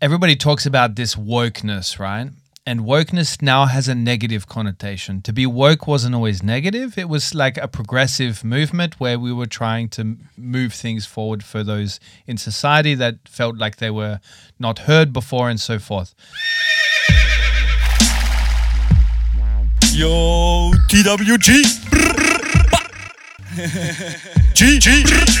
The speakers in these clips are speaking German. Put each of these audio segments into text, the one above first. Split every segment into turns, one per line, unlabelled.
everybody talks about this wokeness, right? And wokeness now has a negative connotation. To be woke wasn't always negative. It was like a progressive movement where we were trying to m- move things forward for those in society that felt like they were not heard before and so forth.
Yo, TWG. G, G, G.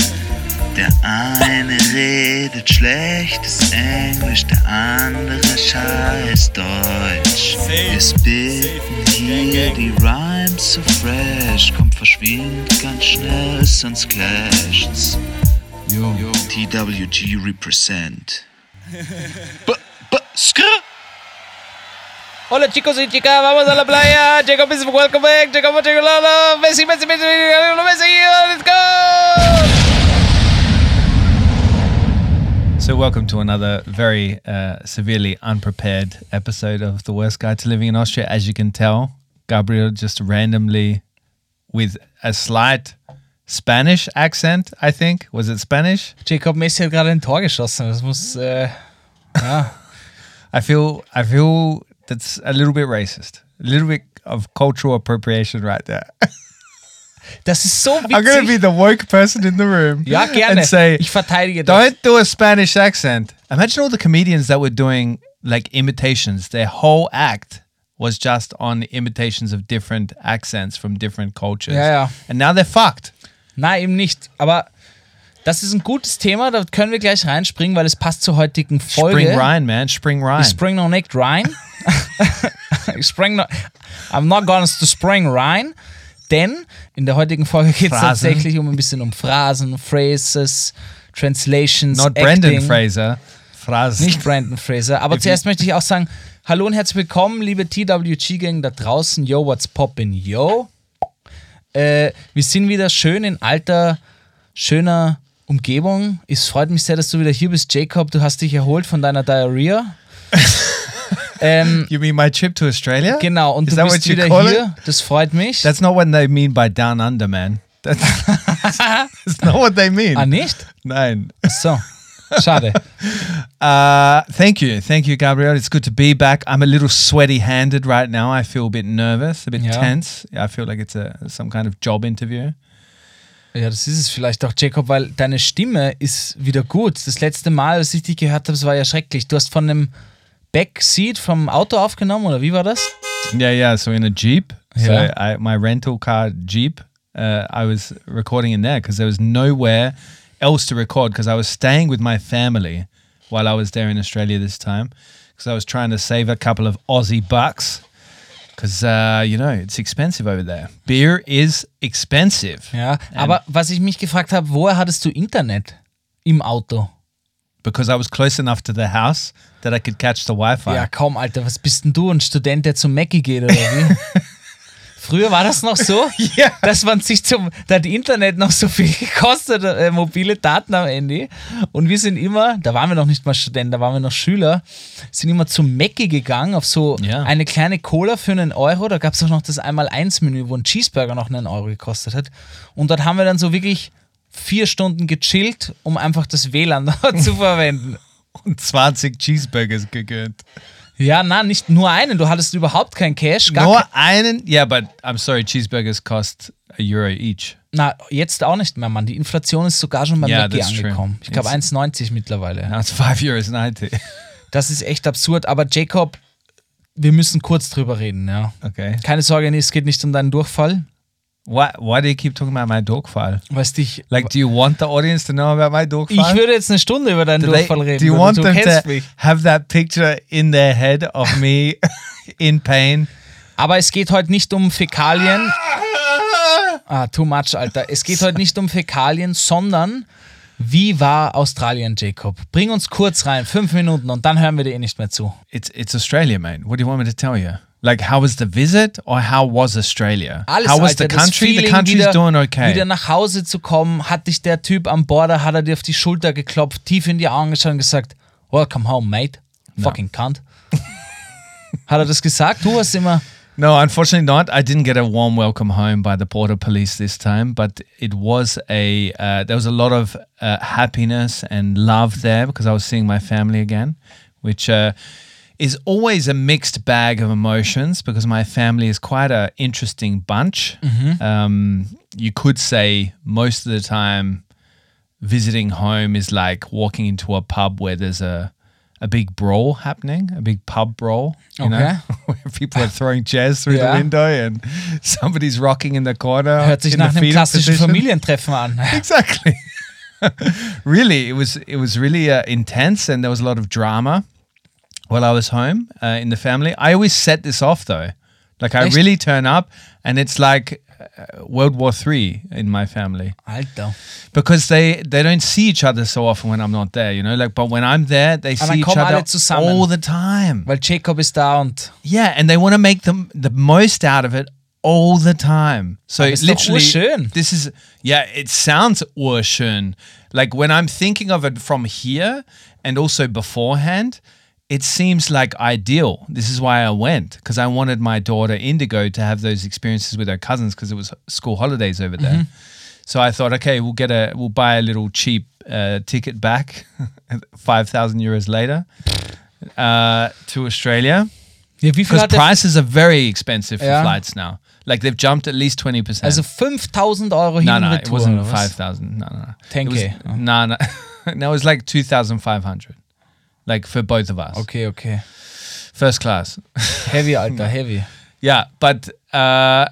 Der eine redet schlechtes Englisch, der andere scheiß Deutsch. Wir spitten hier die Rhymes so fresh, kommt verschwind ganz schnell, sonst clasht's.
Yo.
TWG represent. B -b -skr.
Hola chicos y chicas, vamos a la playa. Jacob is welcome back. Jacob, Jacob, Lolo. Messi, Messi, Messi, Messi, Messi, let's go!
So, welcome to another very uh, severely unprepared episode of The Worst Guide to Living in Austria. As you can tell, Gabriel just randomly, with a slight Spanish accent, I think. Was it Spanish?
Jacob Messi hat gerade ein Tor geschossen. Das muss, äh,
I feel I feel that's a little bit racist. A little bit of cultural appropriation right there.
das ist so witzig.
I'm gonna be the woke person in the room.
ja, gerne.
And say
ich verteidige das.
don't do a Spanish accent. Imagine all the comedians that were doing like imitations. Their whole act was just on imitations of different accents from different cultures.
Ja, ja.
And now they're fucked.
Nein, eben nicht. Aber das ist ein gutes Thema. Da können wir gleich reinspringen, weil es passt zur heutigen Folge.
Spring Ryan, man. Spring Ryan.
Ich spring noch nicht rein. ich spring noch. I'm not going to spring rein. Denn in der heutigen Folge geht
Phrasen.
es tatsächlich um ein bisschen um Phrasen, Phrases, Translations.
Not
Acting.
Brendan Fraser. Fraser.
Nicht Brandon Fraser. Aber zuerst möchte ich auch sagen: Hallo und herzlich willkommen, liebe TWG-Gang da draußen. Yo, what's poppin', yo? Äh, wir sind wieder schön in alter, schöner Umgebung. Es freut mich sehr, dass du wieder hier bist, Jacob. Du hast dich erholt von deiner Diarrhea. ähm,
You mean my trip to Australia?
Genau, und
Is
du
that
bist
what you
wieder
call it?
hier. Das freut mich.
That's not what they mean by down under, man. That's, that's not what they mean.
ah, nicht?
Nein.
Ach So. Schade.
Uh, thank you. Thank you, Gabriel. It's good to be back. I'm a little sweaty handed right now. I feel a bit nervous, a bit
Yeah.
tense. I feel like it's a some kind of job interview.
Ja, das ist es vielleicht auch, Jacob, weil deine Stimme ist wieder gut. Das letzte Mal, als ich dich gehört habe, es war ja schrecklich. Du hast von einem Backseat vom Auto aufgenommen, oder wie war das?
Yeah, yeah. So in a Jeep.
Yeah.
So I, my rental car Jeep, uh, I was recording in there because there was nowhere else to record because I was staying with my family while I was there in Australia this time because I was trying to save a couple of Aussie bucks because, uh, you know, it's expensive over there. Beer is expensive
Ja. Aber was ich mich gefragt habe, woher hattest du Internet im Auto?
because I was close enough to the house that I could catch the Wi Fi.
Ja, kaum, Alter, was bist denn du? Ein Student, der zum Mackie geht, oder wie? Früher war das noch so,
Ja.
dass man sich zum, da hat Internet noch so viel gekostet, äh, mobile Daten am Handy. Und wir sind immer, da waren wir noch nicht mal Studenten, da waren wir noch Schüler, sind immer zum Mackie gegangen auf so
Ja.
eine kleine Cola für einen Euro. Da gab es auch noch das Einmal-Eins-Menü, wo ein Cheeseburger noch einen Euro gekostet hat. Und dort haben wir dann so wirklich vier Stunden gechillt, um einfach das WLAN zu verwenden.
Und 20 Cheeseburgers gegönnt.
Ja, na, nicht nur einen. Du hattest überhaupt keinen Cash. Gar
Nur
kein,
einen? Yeah, but I'm sorry, cheeseburgers cost a euro each.
na, jetzt auch nicht mehr, Mann. Die Inflation ist sogar schon beim
Ja,
Mackie
that's true.
angekommen. Ich glaube
It's-
1,90 mittlerweile.
Now it's five euros ninety.
Das ist echt absurd. Aber Jacob, wir müssen kurz drüber reden, ja.
Okay.
Keine Sorge, es geht nicht um deinen Durchfall.
Why why do you keep talking about my dog file?
Weißt dich.
Like, do you want the audience to know about my dog
ich
file?
würde jetzt eine Stunde über deinen
do, they-
Durchfall reden.
do you want
du
them
kennst
to
mich.
have that picture in their head of me in pain?
Aber es geht heute nicht um Fäkalien. Ah, too much, Alter. Es geht heute nicht um Fäkalien, sondern wie war Australien, Jacob? Bring uns kurz rein, fünf Minuten, und dann hören wir dir eh nicht mehr zu.
It's it's Australia, mate. What do you want me to tell you? Like, how was the visit, or how was Australia?
Alles,
how was
Alter,
the
das
country? The
Feeling,
country's
wieder,
doing okay.
Wieder nach Hause zu kommen, hat dich der Typ am Border, hat er dir auf die Schulter geklopft, tief in die Augen geschaut und gesagt, welcome home, mate. Fucking cunt. hat er das gesagt? Du hast immer...
No, unfortunately not. I didn't get a warm welcome home by the border police this time, but it was a uh, there was a lot of uh, happiness and love there because I was seeing my family again, which uh, is always a mixed bag of emotions because my family is quite a interesting bunch. Um, you could say most of the time visiting home is like walking into a pub where there's a a big brawl happening, a big pub brawl. You
Okay.
know, where people are throwing chairs through
Yeah.
the window and somebody's rocking in the corner.
Hört sich
in
nach
the
einem
fetal
klassischen
position.
Familientreffen an.
Exactly. really, it was it was really uh, intense, and there was a lot of drama while I was home uh, in the family. I always set this off though, like I
Echt?
really turn up, and it's like uh, World War Three in my family
Alter.
because they they don't see each other so often when I'm not there, you know. Like, but when I'm there, they
dann
see each
kommen alle
other
zusammen.
all the time.
Weil Jacob ist da und
Yeah, and they want to make them the most out of it all the time. So
it's not
literally,
urschön.
this is yeah. It sounds urschön. Like when I'm thinking of it from here and also beforehand, it seems like ideal. This is why I went because I wanted my daughter Indigo to have those experiences with her cousins because it was school holidays over there.
Mm-hmm.
So I thought, okay, we'll get a, we'll buy a little cheap uh, ticket back, five thousand euros later, uh, to Australia.
ja, wie viel
Because
hat er?
prices are very expensive for
Yeah.
flights now. Like they've jumped at least twenty percent.
Also 5000 Euro hin
no,
und
no, it
retour,
wasn't
oder was?
five thousand. No, no, no.
10K,
It was- No, no, no. It was like two thousand five hundred, like for both of us,
Okay, okay.
first class.
Heavy, Alter, heavy.
yeah, but uh,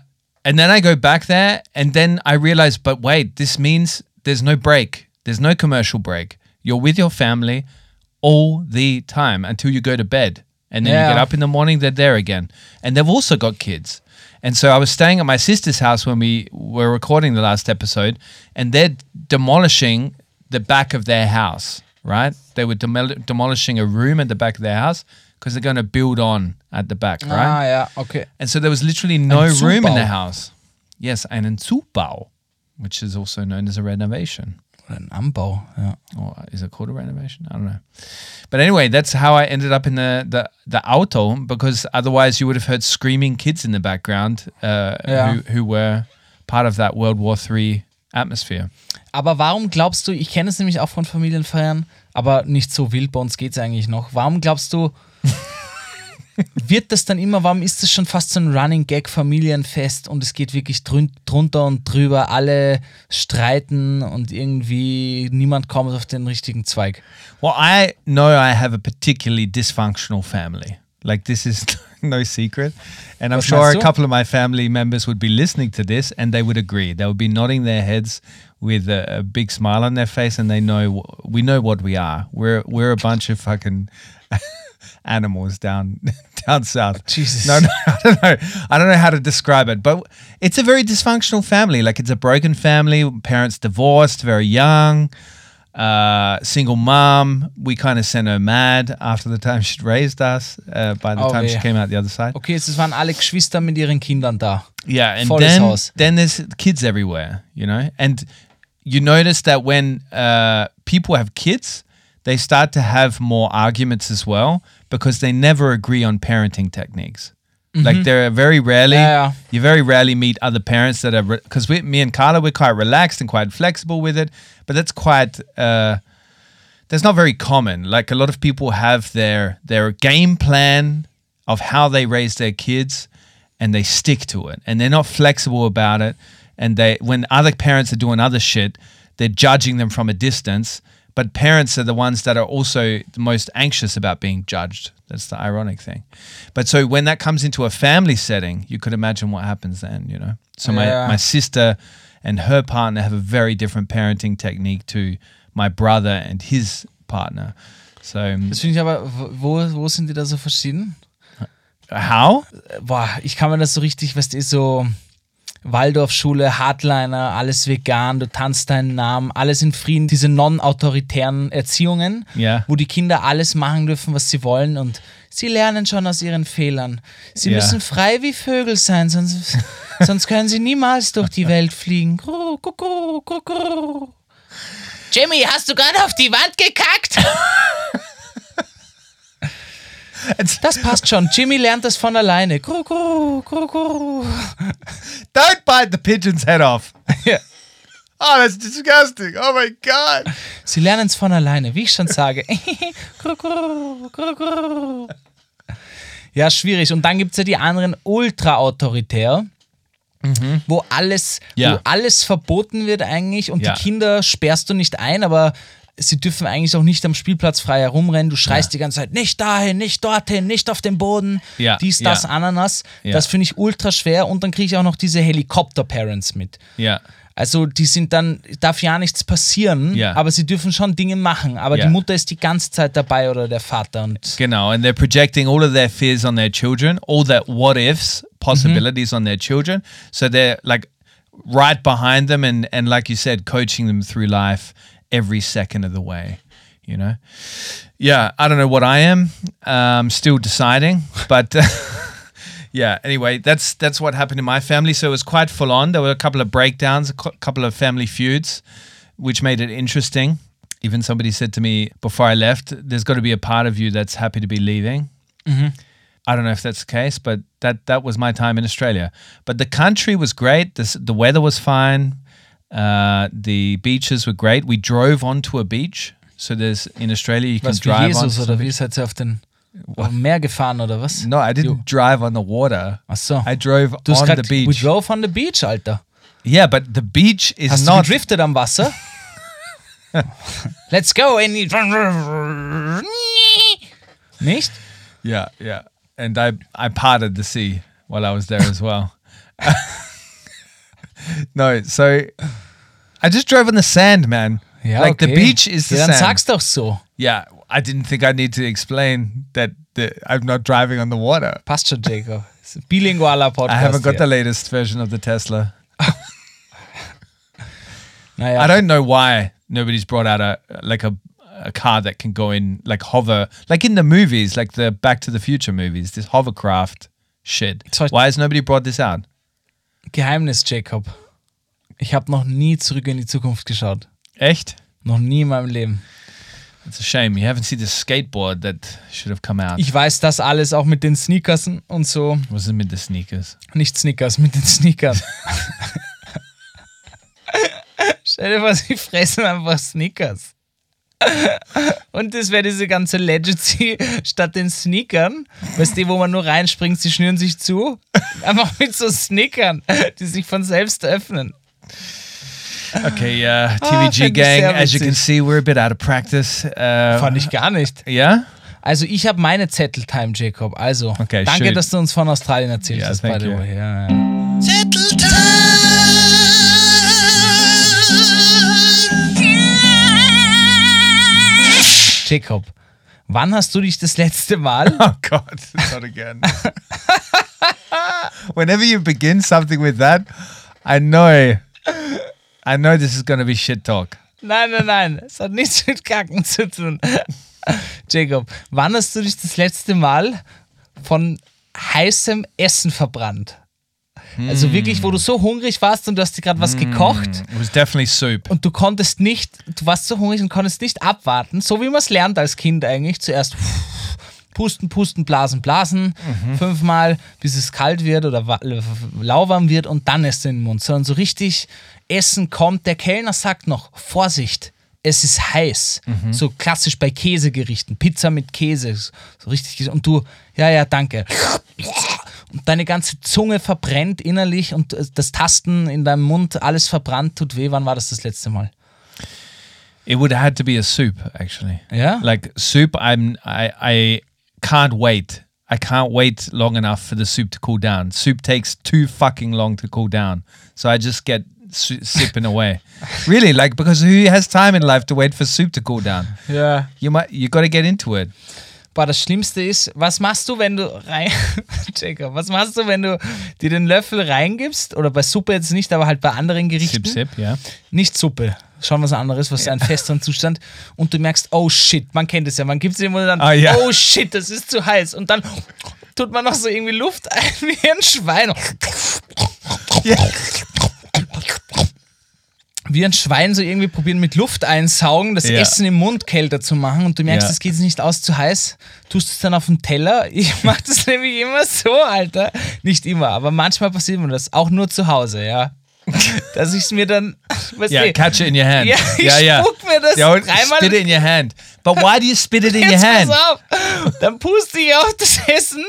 and then I go back there, and then I realize, but wait, this means there's no break. There's no commercial break. You're with your family all the time until you go to bed, and then
Yeah.
you get up in the morning. They're there again, and they've also got kids. And so I was staying at my sister's house when we were recording the last episode, and they're demolishing the back of their house. Right? They were demol- demolishing a room at the back of their house because they're going to build on at the back. Right?
Ah ja, okay.
And so there was literally no
Ein
room in
Zubau.
the house. Yes, einen Zubau, which is also known as a renovation.
Oder ein Anbau, ja.
Or is it called a renovation? I don't know. But anyway, that's how I ended up in the, the, the auto because otherwise you would have heard screaming kids in the background uh,
Yeah.
who, who were part of that World War III atmosphere.
Aber warum glaubst du, ich kenne es nämlich auch von Familienfeiern, aber nicht so wild, bei uns geht es eigentlich noch. Warum glaubst du, wird das dann immer, warum ist das schon fast so ein Running Gag Familienfest und es geht wirklich drün, drunter und drüber, alle streiten und irgendwie niemand kommt auf den richtigen Zweig.
Well, I know I have a particularly dysfunctional family. Like this is no secret, and I'm
Was
sure
meinst du?
a couple of my family members would be listening to this, and they would agree. They would be nodding their heads with a, a big smile on their face, and they know wh- we know what we are. We're we're a bunch of fucking animals down down south.
Jesus.
No, no, I don't know. I don't know how to describe it, but it's a very dysfunctional family. Like it's a broken family. Parents divorced very young. Uh, single mom. We kind of sent her mad after the time she raised us. Uh, by the
Oh,
time she
yeah.
came out the other side.
Okay, jetzt waren alle Geschwister mit ihren Kindern da.
Yeah, and
Follows
then
house.
then there's kids everywhere, you know, and you notice that when uh, people have kids, they start to have more arguments as well because they never agree on parenting techniques. Like there are very rarely
Mm-hmm. Yeah.
you very rarely meet other parents that are because we, me and Carla, we're quite relaxed and quite flexible with it, but that's quite. Uh, that's not very common. Like a lot of people have their their game plan of how they raise their kids, and they stick to it, and they're not flexible about it. And they, when other parents are doing other shit, they're judging them from a distance. But parents are the ones that are also the most anxious about being judged. That's the ironic thing. But so when that comes into a family setting, you could imagine what happens then, you know. So my
Yeah.
my sister and her partner have a very different parenting technique to my brother and his partner. So um,
Das finde ich aber, wo, wo sind die da so verschieden? Äh,
how?
boah, ich kann mir das so richtig, was ist so Waldorfschule, Hardliner, alles vegan, du tanzt deinen Namen, alles in Frieden, diese non-autoritären Erziehungen,
Ja.
wo die Kinder alles machen dürfen, was sie wollen und sie lernen schon aus ihren Fehlern. Sie
Ja.
müssen frei wie Vögel sein, sonst, sonst können sie niemals durch die Welt fliegen. Gru, gru, gru, gru, gru. Jimmy, hast du gerade auf die Wand gekackt? Das passt schon. Jimmy lernt das von alleine. Gru, gru, gru, gru.
Don't bite the pigeon's head off.
Ja.
Oh, that's disgusting. Oh my God.
Sie lernen es von alleine, wie ich schon sage. Gru, gru, gru, gru. ja, schwierig. Und dann gibt es ja die anderen ultra-autoritär, wo, alles,
Mhm. Ja.
wo alles verboten wird eigentlich und
Ja.
die Kinder sperrst du nicht ein, aber sie dürfen eigentlich auch nicht am Spielplatz frei herumrennen. Du schreist die ganze Zeit nicht dahin, nicht dorthin, nicht auf den Boden,
Ja,
dies,
ja.
das, Ananas.
Ja.
Das finde ich ultra schwer und dann kriege ich auch noch diese Helikopter-Parents mit.
Ja.
Also die sind dann, darf ja nichts passieren,
Ja.
aber sie dürfen schon Dinge machen. Aber
Ja.
die Mutter ist die ganze Zeit dabei oder der Vater. Und
Genau, and they're projecting all of their fears on their children, all that what ifs, possibilities on their children. So they're like right behind them and and like you said, coaching them through life every second of the way. You know? Yeah, I don't know what I am. Um still deciding, but Yeah. Anyway, that's that's what happened in my family. So it was quite full on. There were a couple of breakdowns, a cou- couple of family feuds, which made it interesting. Even somebody said to me before I left, "There's got to be a part of you that's happy to be leaving." I don't know if that's the case, but that that was my time in Australia. But the country was great. The s- the weather was fine. Uh, the beaches were great. We drove onto a beach. So there's in Australia you can
was wie
drive
Jesus
onto-
oder wie seid ihr auf den auf dem Meer gefahren oder was?
No, I didn't drive on the water.
Ach so.
I drove
Du hast
on
gerade
the
We
beach.
drove on the beach, Alter.
Yeah, but the beach is
Hast
not.
du gedriftet am Wasser? Let's go in die- Nicht?
yeah, yeah. And I I parted the sea while I was there as well. no, so I just drove on the sand, man.
Ja,
like
okay.
the beach is the
ja, dann
sand.
sag's doch so.
Yeah, I didn't think I need to explain that the, I'm not driving on the water.
Passt schon, Jacob. Ist ein Bilingualer
I
Podcast.
haven't got the
hier.
latest version of the Tesla.
naja.
I don't know why nobody's brought out a like a a car that can go in like hover like in the movies, like the Back to the Future movies, this hovercraft shit.
So-
Why has nobody brought this out?
Geheimnis, Jacob. Ich habe noch nie zurück in die Zukunft geschaut.
Echt?
Noch nie in meinem Leben.
It's a shame you haven't seen the skateboard that should have come out.
Ich weiß das alles auch mit den Sneakers und so.
Was ist mit the sneakers?
Nicht Sneakers, mit den Sneakern. Stell dir vor, sie fressen einfach Sneakers. Und das wäre diese ganze Legacy statt den Sneakern, weißt du, wo man nur reinspringt, sie schnüren sich zu. Einfach mit so Sneakern, die sich von selbst öffnen.
Okay, uh,
Ah,
TVG
fand ich
gang.
sehr
As you can
witzig.
see, we're a bit out of practice. Uh,
Fand ich gar nicht.
Yeah.
Also ich habe meine Zetteltime, Jacob. Also
Okay,
danke,
schön.
dass du uns von Australien erzählt
Ja,
hast, by
thank
the
you.
way. Ja, ja. Jacob, wann hast du dich das letzte Mal?
Oh God, not again. Whenever you begin something with that, I know, I know this is gonna be shit talk.
nein, nein, nein, es hat nichts mit Kacken zu tun. Jacob, wann hast du dich das letzte Mal von heißem Essen verbrannt?
Hm.
Also wirklich, wo du so hungrig warst und du hast dir gerade was gekocht
It was definitely soup.
und du konntest nicht, du warst so hungrig und konntest nicht abwarten, so wie man es lernt als Kind eigentlich. Zuerst pusten, pusten, blasen, blasen, fünfmal, bis es kalt wird oder wa- äh, lauwarm wird und dann erst in den Mund. Sondern so richtig Essen kommt, der Kellner sagt noch, Vorsicht, es ist heiß. So klassisch bei Käsegerichten, Pizza mit Käse, so richtig. Und du, ja, ja, danke. Und deine ganze Zunge verbrennt innerlich und äh, das Tasten in deinem Mund, alles verbrannt, tut weh. Wann war das das letzte Mal?
It would have had to be a soup, actually.
Yeah?
Like soup, I'm I I can't wait. I can't wait long enough for the soup to cool down. Soup takes too fucking long to cool down. So I just get su- sipping away. really, like because who has time in life to wait for soup to cool down?
Ja.
You might you got to get into it.
Boah, das Schlimmste ist, was machst du, wenn du rein. Jacob, was machst du, wenn du dir den Löffel reingibst? Oder bei Suppe jetzt nicht, aber halt bei anderen Gerichten.
Sip, sip, ja.
Nicht Suppe. Schon was anderes, was einen festeren Zustand. Und du merkst, oh shit, man kennt es ja. Man gibt es immer dann,
Ah, ja.
oh shit, das ist zu heiß. Und dann tut man noch so irgendwie Luft ein wie ein Schwein. Wie ein Schwein so irgendwie probieren mit Luft einsaugen, das
Ja.
Essen im Mund kälter zu machen und du merkst,
Ja.
es geht nicht aus zu heiß, tust es dann auf den Teller. Ich mach das nämlich immer so, Alter. Nicht immer, aber manchmal passiert mir das, auch nur zu Hause, ja. Dass ich es mir dann, weißt
Yeah,
du,
catch it in your hand.
Ja, ich
yeah, yeah.
spuck mir das
yeah,
dreimal-
spit it in your hand. But why do you spit it in your
Jetzt
hand?
pass auf. Dann puste ich auf das Essen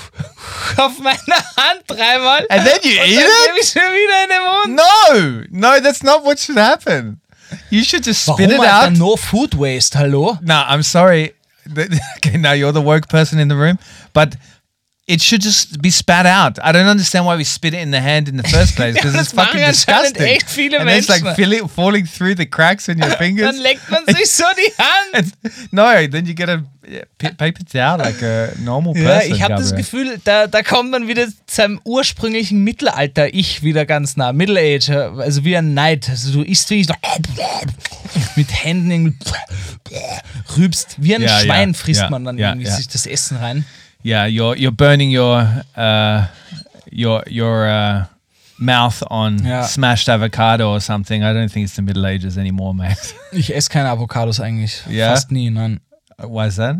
auf meine Hand dreimal.
And then you
und
eat
dann
it?
nehme ich schon wieder in den Mund.
No, no, that's not what should happen. You should just spit it
Alter?
out.
No Food Waste, hallo?
Nah, I'm sorry. okay, now you're the woke person in the room, but it should just be spat out. I don't understand why we spit it in the hand in the first place because
das
it's fucking
machen anscheinend
disgusting.
echt viele
and it's like
Menschen.
feeling, falling through the cracks in your
Dann
fingers.
leckt man sich so die Hand.
no, then you get a p- paper towel like a normal person.
Ja, ich habe das
Gabriel.
Gefühl, da, da kommt man wieder seinem ursprünglichen Mittelalter-Ich wieder ganz nah. Middle Age, also wie ein Knight. Also du isst wirklich so mit Händen irgendwie rübst. Wie ein
Ja, ja,
Schwein frisst
ja,
man dann
ja,
irgendwie
ja.
sich das Essen rein.
Yeah, you're you're burning your uh, your your uh, mouth on
Yeah.
smashed avocado or something. I don't think it's the Middle Ages anymore, mate.
Ich esse keine Avocados eigentlich.
Ja?
Fast nie, nein.
Why's that?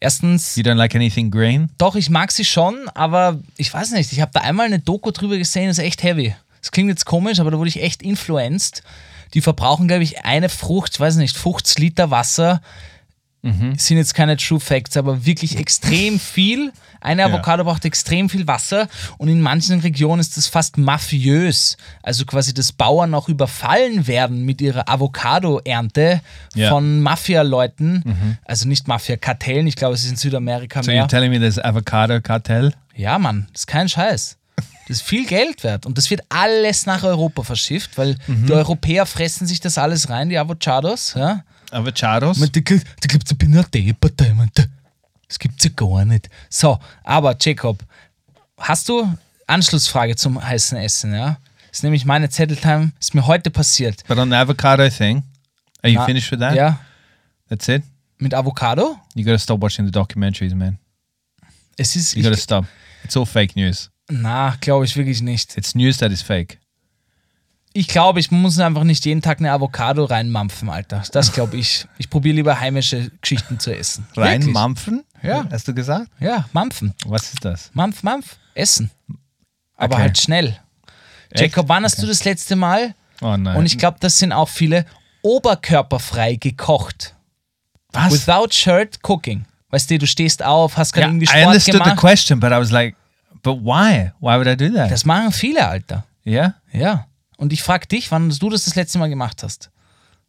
Erstens,
You don't like anything green?
doch, ich mag sie schon, aber ich weiß nicht, ich habe da einmal eine Doku drüber gesehen, das ist echt heavy. Das klingt jetzt komisch, aber da wurde ich echt influenced. Die verbrauchen, glaube ich, eine Frucht, ich weiß nicht, 50 Liter Wasser. Sind jetzt keine True Facts, aber wirklich extrem viel. Eine Avocado braucht extrem viel Wasser und in manchen Regionen ist das fast mafiös. Also quasi, dass Bauern auch überfallen werden mit ihrer Avocado-Ernte
Ja.
von Mafia-Leuten. Also nicht Mafia-Kartellen, ich glaube, es ist in Südamerika
So
mehr.
you're telling me there's avocado cartel?
Ja, Mann, das ist kein Scheiß. Das ist viel Geld wert. Und das wird alles nach Europa verschifft, weil die Europäer fressen sich das alles rein, die Avocados. Ja?
Avocados?
Man, Da gibt es eine Pinateepartei. man, da- Das gibt es ja gar nicht. So, aber Jacob, hast du Anschlussfrage zum heißen Essen? Ja? Das ist nämlich meine Zetteltime. Ist mir heute passiert.
but on the avocado thing, are you
Na,
finished with that?
Ja,
That's it?
mit Avocado?
You gotta stop watching the documentaries, man.
Es ist.
You gotta
Ich,
stop. It's all fake news.
na, glaube ich wirklich nicht.
It's news that is fake.
Ich glaube, ich muss einfach nicht jeden Tag eine Avocado reinmampfen, Alter. Das glaube ich. Ich probiere lieber heimische Geschichten zu essen. Wirklich.
Reinmampfen?
Ja.
Hast du gesagt?
Ja, mampfen.
Was ist das?
Mampf, mampf. Essen. Aber
Okay.
halt schnell.
Echt?
Jacob, wann hast du das letzte Mal?
Oh nein.
Und ich glaube, das sind auch viele oberkörperfrei gekocht.
Was?
Without shirt cooking. Weißt du, du stehst auf, hast gerade
Yeah,
irgendwie
I
Sport
understood the
gemacht.
question, but I was like, but why? Why would I do that?
Das machen viele, Alter.
yeah,
Ja. Und ich frage dich, wann du das das letzte Mal gemacht hast.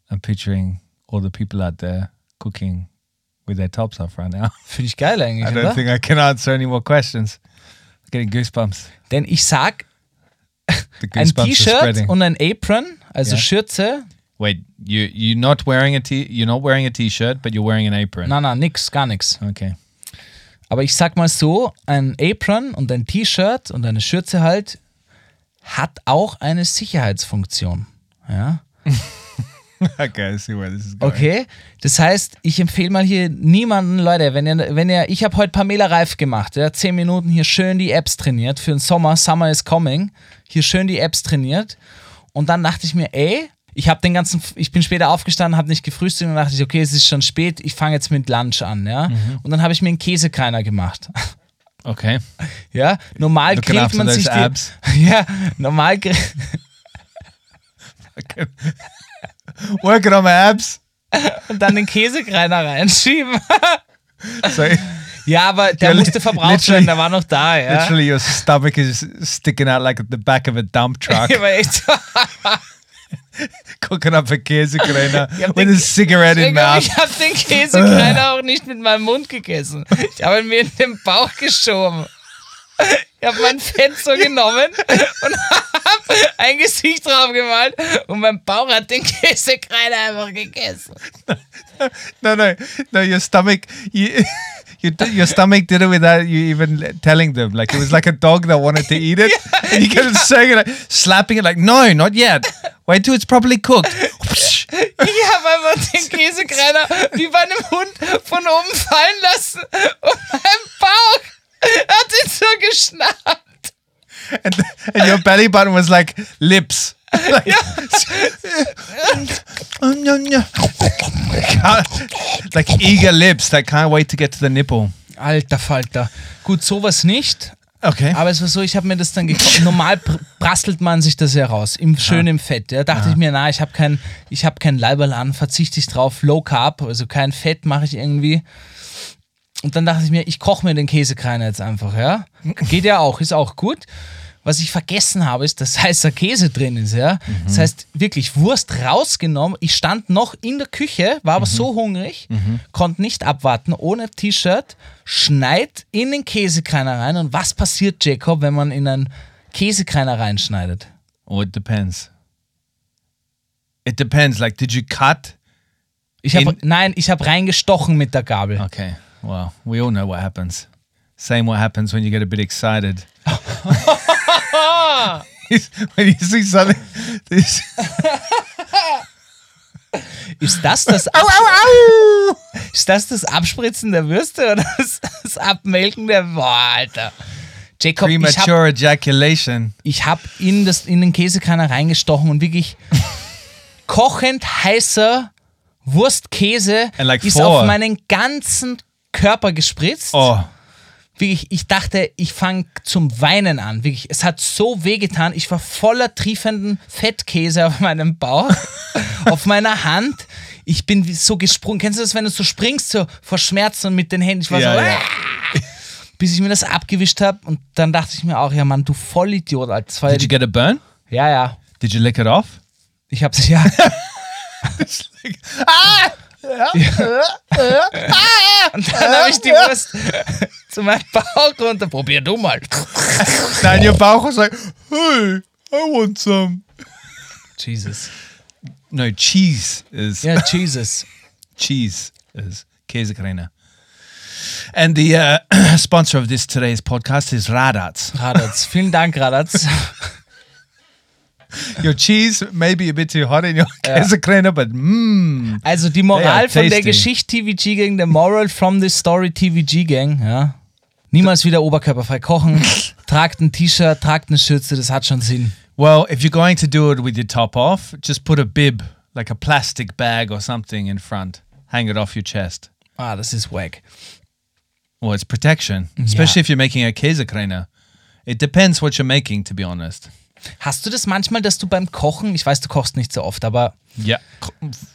I'm picturing all the people out there cooking with their tops off right now.
Finde ich geil eigentlich,
I
oder?
don't think I can answer any more questions. I'm getting goosebumps.
Denn ich sag,
The
ein
goosebumps are
T-Shirt
spreading.
und ein Apron, also
Ja.
Schürze.
Wait, you you're not wearing a t you're not wearing a t-shirt, but you're wearing an apron.
Na, na, nix, gar nix.
Okay.
Aber ich sag mal so, ein Apron und ein T-Shirt und eine Schürze halt hat auch eine Sicherheitsfunktion. Ja.
okay, I see where this is going.
Okay, das heißt, ich empfehle mal hier niemanden, Leute, wenn ihr, wenn ihr, ich habe heute Pamela Reif gemacht, ja, 10 Minuten hier schön die Apps trainiert für den Sommer, Summer is coming, hier schön die Apps trainiert und dann dachte ich mir, ey, ich habe den ganzen, ich bin später aufgestanden, habe nicht gefrühstückt und dachte ich, okay, es ist schon spät, ich fange jetzt mit Lunch an, ja,
Mhm.
und dann habe ich mir einen Käsekreiner gemacht.
Okay.
Ja, normal
Looking
grillt
after
man
those
sich die,
abs.
ja, normal grillt
Working on my abs.
und dann den Käsekreiner reinschieben.
So
Ja, aber der
Ja, li-
musste verbraucht
literally-
werden, der war noch da, ja.
literally your stomach is sticking out like the back of a dump truck.
Ich war echt so,
cooking up a Käsekreiner
Ja,
with a cigarette in
Digga,
mouth.
ich habe den Käsekreiner auch nicht mit meinem Mund gegessen. Ich habe ihn mir in den Bauch geschoben. Ich habe mein Fenster genommen und habe ein Gesicht drauf gemalt und mein Bauch hat den Käsekreiner einfach gegessen.
No, no, no. Your stomach, you, you, d- your stomach did it without you even l- telling them. Like it was like a dog that wanted to eat it, and you kept saying it, like, slapping it, like, "No, not yet. Wait till it's properly cooked."
Ich habe einfach den Käsekreiner wie bei einem Hund von oben fallen lassen und mein Bauch hat ihn so geschnappt.
and, and your belly button was like lips. Like, Um, yum, yum. like eager lips that can't wait to get to the nipple.
Alter Falter. Gut, sowas nicht.
Okay.
Aber es war so, ich habe mir das dann gekauft. Normal pr- brastelt man sich das ja raus, im schön im Fett. Da ja. dachte ich mir, na, ich habe kein, ich habe kein Leiberl an, verzichte ich drauf, Low Carb, also kein Fett mache ich irgendwie. Und dann dachte ich mir, ich koche mir den Käsekreiner jetzt einfach, ja. Geht ja auch, ist auch gut. Was ich vergessen habe, ist, dass heißer Käse drin ist, ja. Das heißt, wirklich Wurst rausgenommen. Ich stand noch in der Küche, war aber so hungrig, konnte nicht abwarten, ohne T-Shirt, schneid in den Käsekreiner rein. Und was passiert, Jacob, wenn man in einen Käsekreiner reinschneidet?
Or it depends. It depends. Like, did you cut?
Ich hab,
In-
nein, ich habe reingestochen mit der Gabel.
Okay. Well, we all know what happens. Same what happens when you get a bit excited. when you see something, this,
Ist das das, Ab ist das das Abspritzen der Würste oder das, das Abmelken der... Boah, Alter. Jacob, ich habe
premature ejaculation.
ich hab in, das, in den Käsekranner reingestochen und wirklich kochend heißer Wurstkäse
And like
ist
four.
auf meinen ganzen Körper gespritzt.
Oh.
Wirklich, ich dachte, ich fange zum Weinen an. Wirklich, es hat so wehgetan. Ich war voller triefenden Fettkäse auf meinem Bauch, auf meiner Hand. Ich bin wie so gesprungen. Kennst du das, wenn du so springst, so vor Schmerzen mit den Händen? Ich war
Ja,
so,
ja.
"Ah!" bis ich mir das abgewischt habe. Und dann dachte ich mir auch, ja Mann, du Vollidiot, Alter. Das war ja,
Did you get a burn?
die- ja, ja.
Did you lick it off?
Ich hab's ja. Und dann habe ich die Wurst zu meinem Bauch runter. Probier du mal.
Nein, your Bauch was like, hey, I want some.
Jesus.
No, cheese is
Ja, Jesus.
cheese is Käsekreiner. And the uh, sponsor of this today's podcast is Radatz.
Radatz. Vielen Dank, Radatz.
Your cheese may be a bit too hot in your Käsekreiner, but mmm.
Also die Moral
They are
von der
tasty.
Geschichte TVG Gang, the moral from the story TVG Gang, ja. Niemals wieder oberkörperfrei kochen. Tragt ein T-Shirt, tragt eine Schürze, das hat schon Sinn.
Well, if you're going to do it with your top off, just put a bib, like a plastic bag or something in front. Hang it off your chest.
Ah, das ist wack.
Well, it's protection, especially if you're making a Käsekreiner. It depends what you're making, to be honest.
Hast du das manchmal, dass du beim Kochen, ich weiß, du kochst nicht so oft, aber
Ja.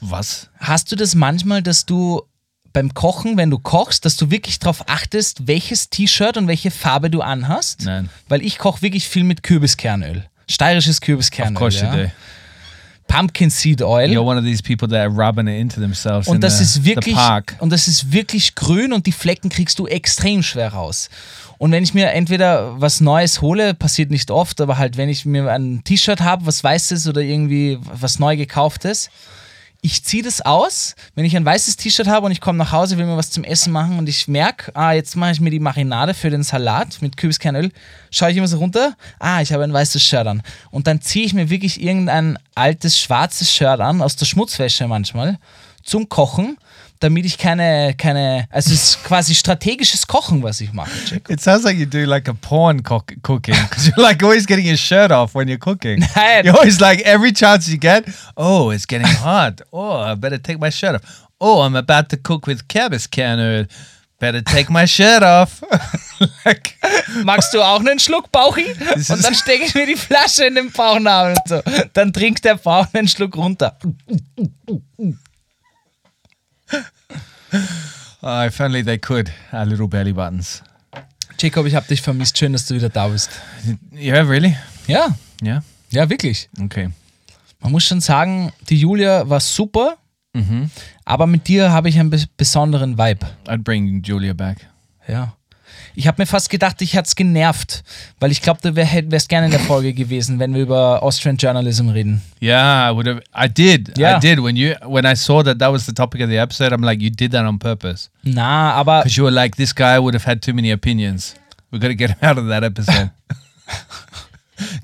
Was?
Hast du das manchmal, dass du beim Kochen, wenn du kochst, dass du wirklich darauf achtest, welches T-Shirt und welche Farbe du anhast?
Nein.
Weil ich koche wirklich viel mit Kürbiskernöl. Steirisches Kürbiskernöl.
Of course
ja.
you do.
Pumpkin Seed Oil.
You're one of these people that are rubbing it into themselves in
Und das
the,
ist
the
wirklich
park.
und das ist wirklich grün und die Flecken kriegst du extrem schwer raus. Und wenn ich mir entweder was Neues hole, passiert nicht oft, aber halt wenn ich mir ein T-Shirt habe, was weißes oder irgendwie was neu gekauftes, ich ziehe das aus, wenn ich ein weißes T-Shirt habe und ich komme nach Hause, will mir was zum Essen machen und ich merke, ah, jetzt mache ich mir die Marinade für den Salat mit Kürbiskernöl, schaue ich immer so runter, ah, ich habe ein weißes Shirt an. Und dann ziehe ich mir wirklich irgendein altes schwarzes Shirt an, aus der Schmutzwäsche manchmal, zum Kochen, damit ich keine, keine, also es ist quasi strategisches Kochen, was ich mache, Jack.
It sounds like you do like a porn cook- cooking 'cause you're like always getting your shirt off when you're cooking.
Nein.
You're always like every chance you get. Oh, it's getting hot. Oh, I better take my shirt off. Oh, I'm about to cook with cabbage canner. Better take my shirt off. like,
Magst du auch einen Schluck Bauchi?
Das
Und dann
ist-
stecke ich mir die Flasche in den Bauchnabel und so. Dann trinkt der Bauch einen Schluck runter.
oh, if only they could. Our little belly buttons.
Jacob, ich habe dich vermisst. Schön, dass du wieder da bist.
Yeah, really?
Ja,
Yeah.
ja, wirklich.
Okay.
Man muss schon sagen, die Julia war super, aber mit dir habe ich einen bes- besonderen Vibe.
I'd bring Julia back.
Ja. Ich habe mir fast gedacht, ich hätte es genervt, weil ich glaube, du wär, hätt- wärst gerne in der Folge gewesen, wenn wir über Austrian Journalism reden.
Yeah, I would have. I did.
Yeah.
I did. When you when I saw that that was the topic of the episode, I'm like, you did that on purpose
Na, aber
because you were like, this guy would have had too many opinions. We got to get him out of that episode.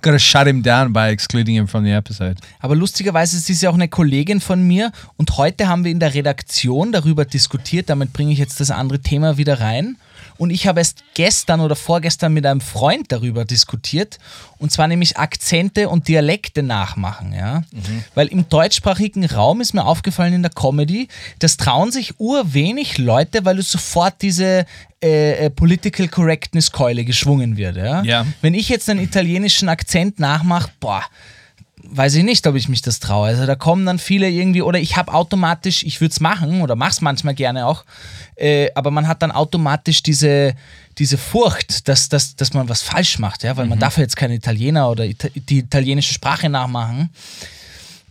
got to shut him down by excluding him from the episode.
Aber lustigerweise ist dies ja auch eine Kollegin von mir und heute haben wir in der Redaktion darüber diskutiert. Damit bringe ich jetzt das andere Thema wieder rein. Und ich habe erst gestern oder vorgestern mit einem Freund darüber diskutiert. Und zwar nämlich Akzente und Dialekte nachmachen. Ja? Weil im deutschsprachigen Raum ist mir aufgefallen in der Comedy, das trauen sich urwenig Leute, weil es sofort diese äh, äh, Political Correctness Keule geschwungen wird. Ja?
Ja.
Wenn ich jetzt einen italienischen Akzent nachmache, boah, weiß ich nicht, ob ich mich das traue. Also da kommen dann viele irgendwie, oder ich habe automatisch, ich würde es machen oder mach's manchmal gerne auch, äh, aber man hat dann automatisch diese, diese Furcht, dass, dass, dass man was falsch macht, ja, weil man darf ja jetzt keinen Italiener oder Ita die italienische Sprache nachmachen.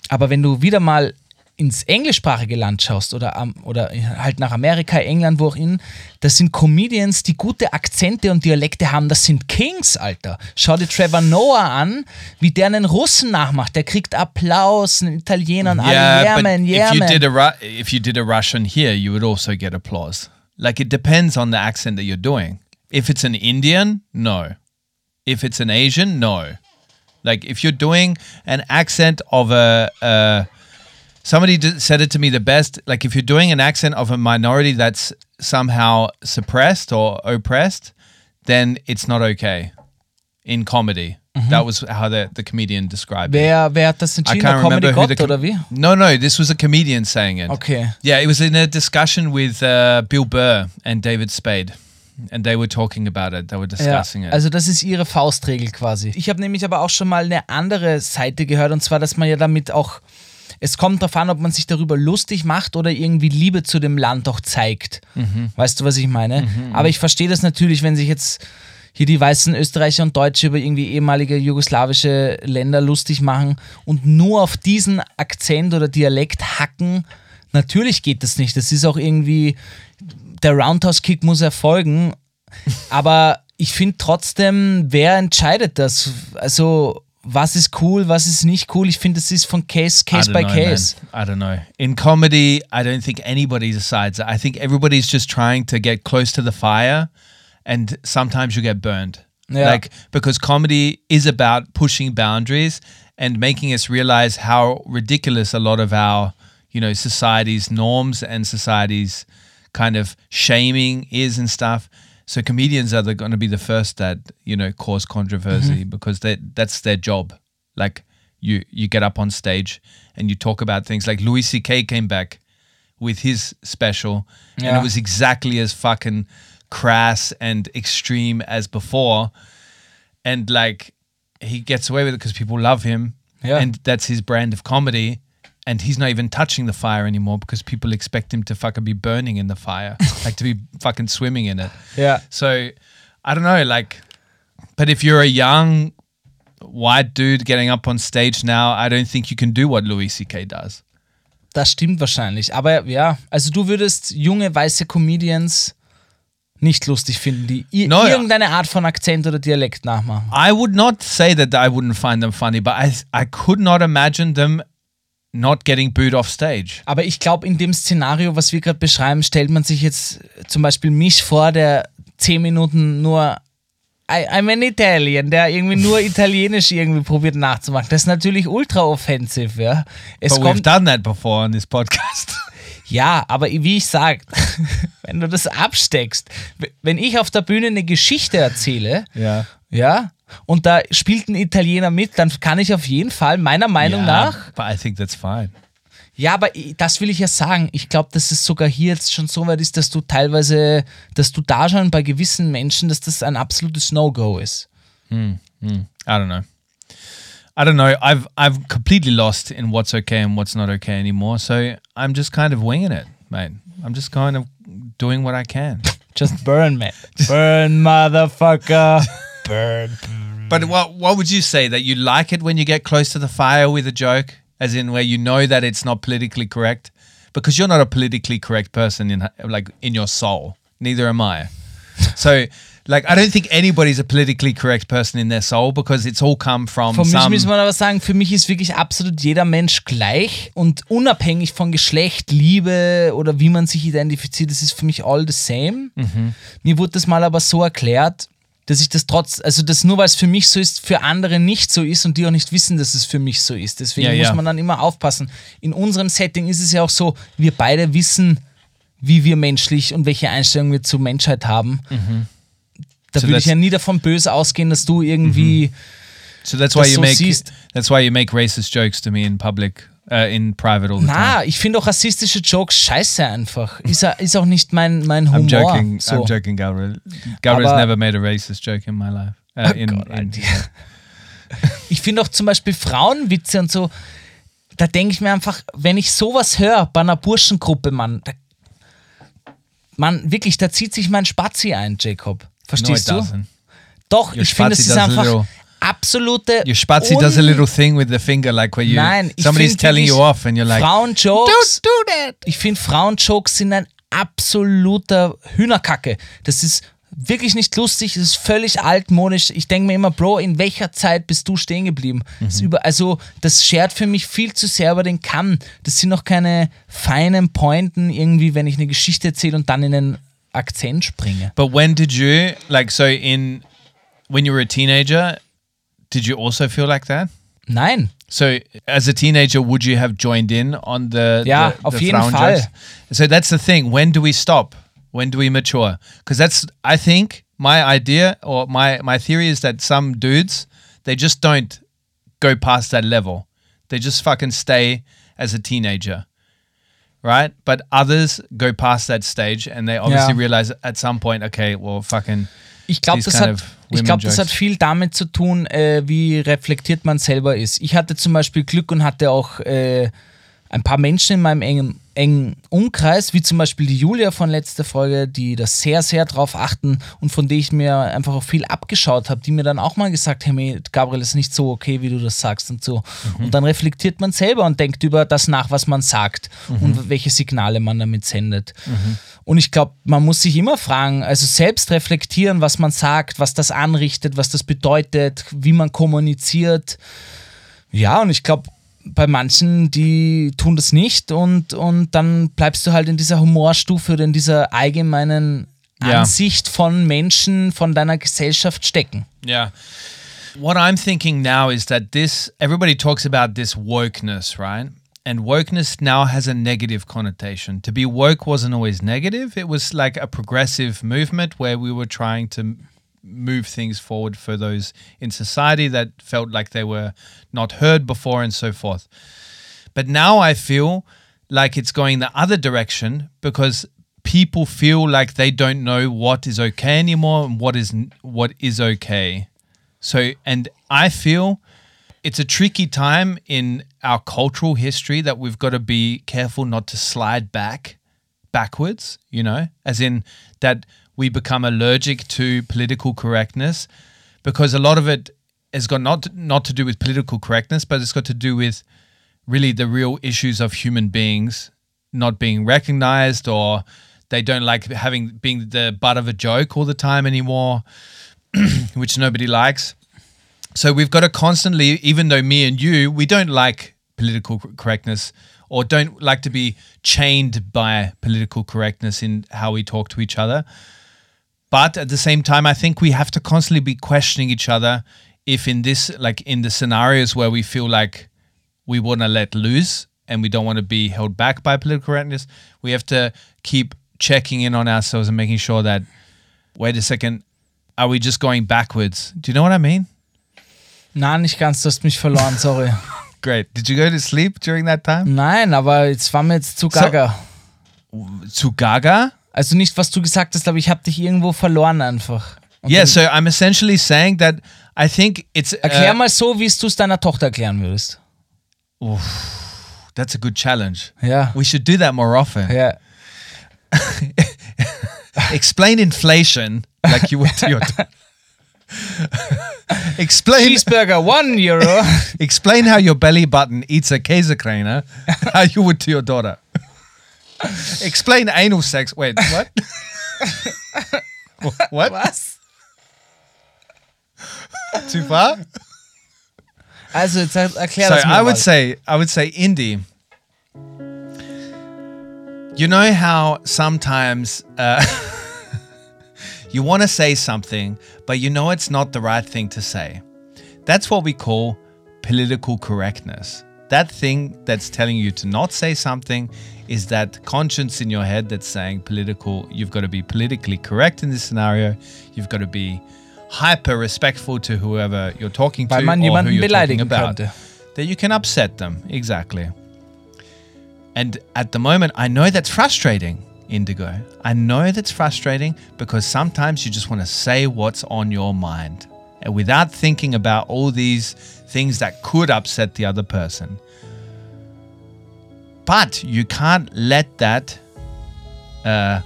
Aber wenn du wieder mal ins englischsprachige Land schaust oder, am- oder halt nach Amerika, England, wo auch immer, das sind Comedians, die gute Akzente und Dialekte haben. Das sind Kings, Alter. Schau dir Trevor Noah an, wie der einen Russen nachmacht. Der kriegt Applaus, einen Italiener und alle. Yeah, man, yeah,
if you
man.
did a Ru- if you did a Russian here, you would also get applause. Like it depends on the accent that you're doing. If it's an Indian, no. If it's an Asian, no. Like if you're doing an accent of a, uh, somebody d- said it to me the best. Like if you're doing an accent of a minority that's somehow suppressed or oppressed, then it's not okay in comedy. That was how the, the comedian described it.
wer, wer hat das entschieden? Der Comedy Gott oder wie?
No, no, this was a comedian saying it.
Okay.
Yeah, it was in a discussion with uh, Bill Burr and David Spade, and they were talking about it. They were discussing it.
Also das ist ihre Faustregel quasi. Ich habe nämlich aber auch schon mal eine andere Seite gehört und zwar, dass man ja damit auch, es kommt darauf an, ob man sich darüber lustig macht oder irgendwie Liebe zu dem Land auch zeigt. Weißt du, was ich meine? aber ich verstehe das natürlich, wenn sich jetzt hier die weißen Österreicher und Deutsche über irgendwie ehemalige jugoslawische Länder lustig machen und nur auf diesen Akzent oder Dialekt hacken. Natürlich geht das nicht. Das ist auch irgendwie, der Roundhouse-Kick muss erfolgen aber ich finde trotzdem, wer entscheidet das? Also, was ist cool, was ist nicht cool? Ich finde, es ist von Case,
I
Case
don't
by
know,
Case.
man. I don't know. In comedy, I don't think anybody decides. I think everybody's just trying to get close to the fire, and sometimes you get burned.
Yeah.
Like because comedy is about pushing boundaries and making us realize how ridiculous a lot of our, you know, society's norms and society's kind of shaming is and stuff. So comedians are going to be the first that you know cause controversy because they, that's their job. Like you you get up on stage and you talk about things like Louis C.K. came back with his special and
Yeah.
it was exactly as fucking crass and extreme as before and like he gets away with it because people love him
Yeah.
and that's his brand of comedy and he's not even touching the fire anymore because people expect him to fucking be burning in the fire like to be fucking swimming in it
Yeah.
so i don't know like but if you're a young white dude getting up on stage now i don't think you can do what louis ck does
Das stimmt wahrscheinlich. Aber ja, also du würdest junge weiße Comedians nicht lustig finden, die i-
No, ja.
irgendeine Art von Akzent oder Dialekt nachmachen.
I would not say that I wouldn't find them funny, but I I could not imagine them not getting booed off stage.
Aber ich glaube, in dem Szenario, was wir gerade beschreiben, stellt man sich jetzt zum Beispiel mich vor, der zehn Minuten nur I, I'm in Italien, der irgendwie nur Italienisch irgendwie probiert nachzumachen. Das ist natürlich ultra offensiv, ja. Es
But we've
kommt,
done that before on this podcast.
ja, aber wie ich sag, wenn du das absteckst, w- wenn ich auf der Bühne eine Geschichte erzähle,
yeah.
ja, und da spielt ein Italiener mit, dann kann ich auf jeden Fall meiner Meinung nach
But I think that's fine.
Ja, aber i- das will ich ja sagen. Ich glaube, dass es sogar hier jetzt schon so weit ist, dass du teilweise, dass du da schon bei gewissen Menschen, dass das ein absolutes No-Go ist.
I don't know. I don't know. I've I've completely lost in what's okay and what's not okay anymore. So I'm just kind of winging it, mate. I'm just kind of doing what I can.
Just burn, man. Burn, motherfucker. Burn.
But what what would you say that you like it when you get close to the fire with a joke, as in where you know that it's not politically correct, because you're not a politically correct person in like in your soul. Neither am I. So, like, I don't think anybody's a politically correct person in their soul because it's all come from
Von mich
some.
muss man aber sagen, für mich ist wirklich absolut jeder Mensch gleich und unabhängig von Geschlecht, Liebe oder wie man sich identifiziert, das ist für mich all the same.
Mhm.
Mir wurde das mal aber so erklärt, dass ich das trotz, also das nur weil es für mich so ist, für andere nicht so ist und die auch nicht wissen, dass es für mich so ist. Deswegen
Ja,
muss
ja.
man dann immer aufpassen. In unserem Setting ist es ja auch so, wir beide wissen, wie wir menschlich und welche Einstellung wir zur Menschheit haben.
Mhm.
Da würde ich
Zuletzt-
ja nie davon böse ausgehen, dass du irgendwie
Mhm. so that's why
das
you
so
make
siehst.
that's why you make racist jokes to me in public, uh, in private all the time.
Na, ich finde auch rassistische Jokes scheiße einfach. Ist, ja- ist auch nicht mein, mein Humor.
I'm joking.
So.
I'm joking, Gabriel. Gabriel's
Aber-
never made a racist joke in my life. Uh, in,
Gott,
in,
Alter. Ich finde auch zum Beispiel Frauenwitze und so, da denke ich mir einfach, wenn ich sowas höre bei einer Burschengruppe, Mann, da, Mann, wirklich, da zieht sich mein Spazi ein, Jacob.
no, it
Verstehst du?
doesn't.
Doch,
Your
ich finde, es
Spazi
ist
does a
einfach
little-
absolute.
Your spatzi
un-
does a little thing with the finger, like where you
Nein, ich
somebody's
find
telling
wirklich
you off, and you're like,
Frauenjokes. Ich finde Frauenjokes sind ein absoluter Hühnerkacke. Das ist wirklich nicht lustig, es ist völlig altmodisch. Ich denke mir immer, Bro, in welcher Zeit bist du stehen geblieben?
Mhm.
Das ist über, also, das schert für mich viel zu sehr über den Kamm. Das sind noch keine feinen Pointen, irgendwie, wenn ich eine Geschichte erzähle und dann in den Akzent springe.
But when did you like so in when you were a teenager, did you also feel like that?
Nein.
So as a teenager, would you have joined in on the
Ja,
the,
auf
the
jeden
Frauen
Fall.
jokes? So that's the thing. When do we stop? When do we mature? Because that's I think my idea or my my theory is that some dudes they just don't go past that level. They just fucking stay as a teenager. Right? But others go past that stage and they obviously
Yeah.
realize at some point, okay, well fucking
Ich glaube,
These
das,
kind
hat-
of
ich
women
glaub, das
jokes.
hat viel damit zu tun, äh, wie reflektiert man selber ist. Ich hatte zum Beispiel Glück und hatte auch äh, ein paar Menschen in meinem engen, engen Umkreis, wie zum Beispiel die Julia von letzter Folge, die das sehr, sehr drauf achten und von der ich mir einfach auch viel abgeschaut habe, die mir dann auch mal gesagt haben, hey, Gabriel ist nicht so okay, wie du das sagst und so. Und dann reflektiert man selber und denkt über das nach, was man sagt und welche Signale man damit sendet. Und ich glaube, man muss sich immer fragen, also selbst reflektieren, was man sagt, was das anrichtet, was das bedeutet, wie man kommuniziert. Ja, und ich glaube, bei manchen, die tun das nicht und, und dann bleibst du halt in dieser Humorstufe oder in dieser allgemeinen
Ja.
Ansicht von Menschen, von deiner Gesellschaft stecken.
Yeah. What I'm thinking now is that this, everybody talks about this wokeness, right? And wokeness now has a negative connotation. To be woke wasn't always negative. It was like a progressive movement where we were trying to m- move things forward for those in society that felt like they were not heard before and so forth. But now I feel like it's going the other direction because people feel like they don't know what is okay anymore and what is what is okay. So and I feel it's a tricky time in our cultural history that we've got to be careful not to slide back backwards, you know, as in that we become allergic to political correctness because a lot of it has got not not to do with political correctness, but it's got to do with really the real issues of human beings not being recognized or they don't like having being the butt of a joke all the time anymore, which nobody likes. So we've got to constantly, even though me and you, we don't like political cor- correctness or don't like to be chained by political correctness in how we talk to each other. But at the same time, I think we have to constantly be questioning each other if in this, like in the scenarios where we feel like we want to let loose and we don't want to be held back by political correctness, we have to keep checking in on ourselves and making sure that, wait a second, are we just going backwards? Do you know what I mean?
Nein, nicht ganz, du hast mich verloren, sorry.
Great. Did you go to sleep during that time?
Nein, aber jetzt war mir jetzt zu gaga.
To Gaga?
Also nicht, was du gesagt hast, aber ich habe dich irgendwo verloren einfach. Und
Yeah, so I'm essentially saying that I think it's.
Erklär
uh,
mal so, wie es du es deiner Tochter erklären würdest.
That's a good challenge.
Ja.
We should do that more often.
Ja.
Explain inflation like you would to your. explain
Cheeseburger, one Euro.
explain how your belly button eats a Käsekräner how you would to your daughter. explain anal sex. Wait, what? What?
Was?
Too far?
Also, jetzt er- erklär
so
das mir
I would
mal.
say I would say indie. You know how sometimes uh, you want to say something, but you know it's not the right thing to say. That's what we call political correctness. That thing that's telling you to not say something is that conscience in your head that's saying political, you've got to be politically correct in this scenario. You've got to be hyper respectful to whoever you're talking
Weil
to
man
or
jemanden
who you're talking
beleidigen
about.
könnte.
That you can upset them, exactly. And at the moment, I know that's frustrating, Indigo. I know that's frustrating because sometimes you just want to say what's on your mind and without thinking about all these things that could upset the other person. But you can't let that uh,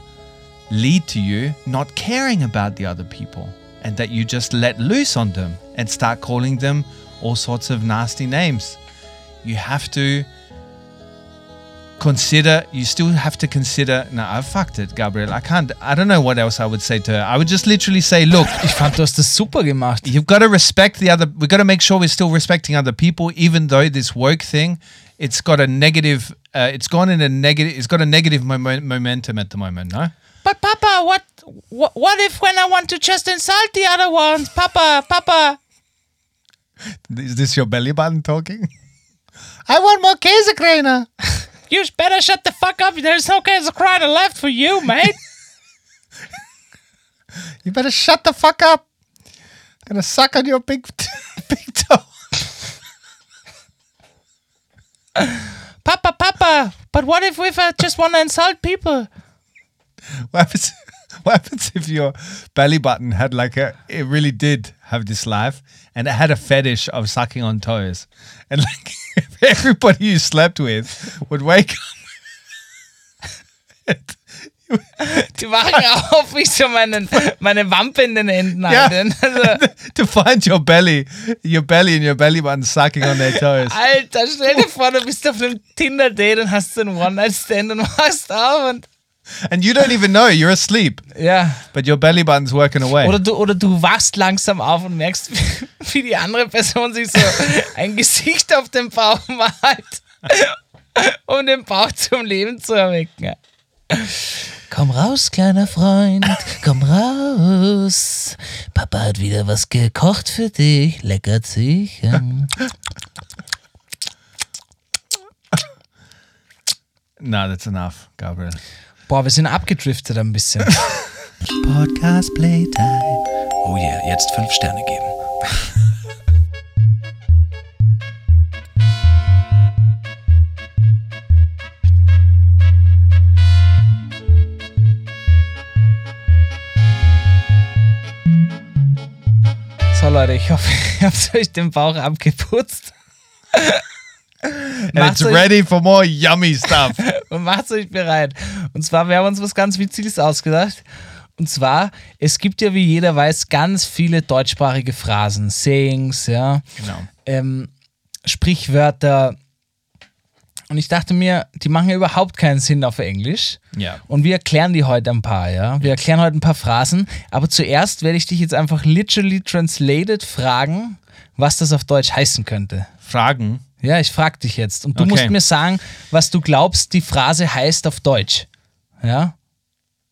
lead to you not caring about the other people and that you just let loose on them and start calling them all sorts of nasty names. You have to consider you still have to consider no i fucked it gabriel i can't i don't know what else i would say to her i would just literally say look
Ich fand, du hast das super gemacht.
you've got to respect the other we've got to make sure we're still respecting other people even though this woke thing it's got a negative uh, it's gone in a negative it's got a negative momen- momentum at the moment no
But Papa, what, what, what if when I want to just insult the other ones? Papa, Papa.
Is this your belly button talking? I want more Käsekräne.
You better shut the fuck up. There's no case of crying left for you, mate.
You better shut the fuck up. I'm gonna suck on your big, big toe.
Papa, Papa. But what if, if I just want to insult people?
What happens, what happens if your belly button had like a, it really did have this life and it had a fetish of sucking on toes? And like if everybody you slept with would wake up.
Die wachen auf, wie ich so meinen, meine Wampe er in den Händen
Ja.
habe. Also,
to find your belly, your belly and your belly button sucking on their toes.
Alter, stell dir vor, du bist auf einem Tinder-Date und hast so einen One-Night-Stand und wachst auf und.
And you don't even know, you're asleep,
Ja.
but your belly button's working away.
Oder du, oder du wachst langsam auf und merkst, wie, wie die andere Person sich so ein Gesicht auf den Bauch malt, um den Bauch zum Leben zu erwecken. Komm raus, kleiner Freund, komm raus. Papa hat wieder was gekocht für dich, lecker sich.
No, that's enough, Gabriel.
Boah, wir sind abgedriftet ein bisschen.
Podcast playtime.
Oh yeah, jetzt fünf Sterne geben.
So Leute, ich hoffe, ihr habt euch den Bauch abgeputzt
And
Macht's
it's
euch-
ready for more yummy stuff.
und macht euch bereit. Und zwar, wir haben uns was ganz Witziges ausgedacht. Und zwar, es gibt ja, wie jeder weiß, ganz viele deutschsprachige Phrasen, Sayings, ja,
genau.
ähm, Sprichwörter. Und ich dachte mir, die machen ja überhaupt keinen Sinn auf Englisch.
Ja.
Und wir erklären die heute ein paar, ja. Wir erklären heute ein paar Phrasen. Aber zuerst werde ich dich jetzt einfach literally translated fragen, was das auf Deutsch heißen könnte.
Fragen.
Ja, ich frag dich jetzt. Und du
Okay.
musst mir sagen, was du glaubst, die Phrase heißt auf Deutsch. Ja?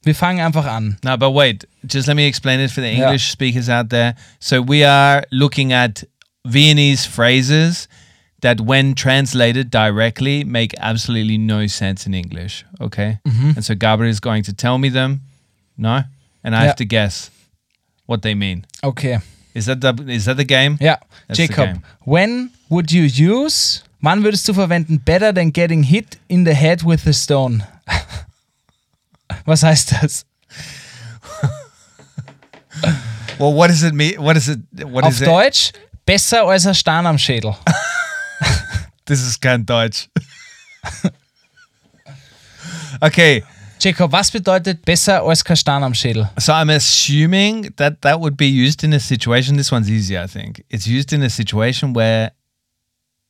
Wir fangen einfach an.
No, but wait, just let me explain it for the
Yeah.
English speakers out there. So we are looking at Viennese phrases that when translated directly make absolutely no sense in English, okay?
Mm-hmm.
And so Gabriel is going to tell me them, no? And I
Yeah.
have to guess what they mean.
Okay.
Is that the is that the game?
Ja,
That's the
Jacob,
game.
when would you use, wann würdest du verwenden, better than getting hit in the head with a stone? was heißt das?
Well, what does it mean? What is it? What
auf
is it?
Deutsch, besser als ein Stern am Schädel.
This is kein Deutsch. okay,
Jacob, was bedeutet besser als kein Stern am Schädel?
so I'm assuming that that would be used in a situation. This one's easy, I think. It's used in a situation where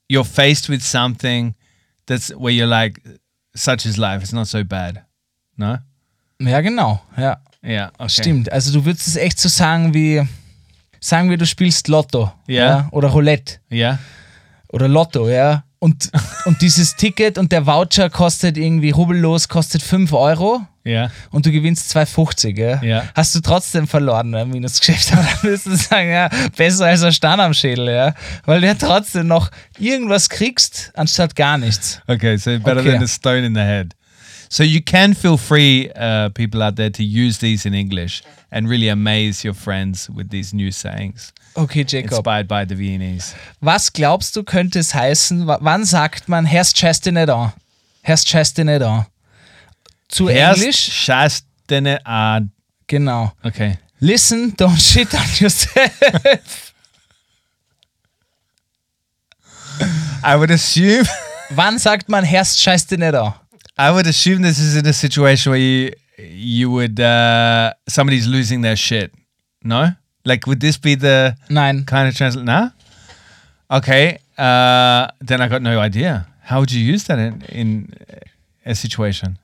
you're faced with something that's where you're like, such is life. It's not so bad. No?
Ja, genau. Ja.
Ja, okay.
Stimmt. Also du würdest es echt so sagen wie, sagen wir, du spielst Lotto
Ja.
oder Roulette
Ja.
oder Lotto, ja. Und, und dieses Ticket und der Voucher kostet irgendwie rubbellos, kostet 5 Euro
Ja.
und du gewinnst 2,50, ja.
Ja.
Hast du trotzdem verloren beim Minusgeschäft, aber dann wirst du sagen, ja, besser als ein Stern am Schädel, ja. Weil du ja trotzdem noch irgendwas kriegst, anstatt gar nichts.
Okay, so better
Okay.
than a stone in the head. So you can feel free, uh, people out there, to use these in English and really amaze your friends with these new sayings
Okay, Jacob.
inspired by the Viennese.
Was glaubst du, könnte es heißen, wa- wann sagt man Herr's Chesty nicht an? Herr's Chesty nicht an. Zu Englisch?
Schastene Ad.
Genau.
Okay.
Listen, don't shit on yourself.
I would assume.
wann sagt man Herr's Chesty nicht an?
I would assume this is in a situation where you you would uh, somebody's losing their shit. No, like would this be the
Nein.
kind of translate? Nah. Okay. Uh, then I got no idea. How would you use that in in a situation?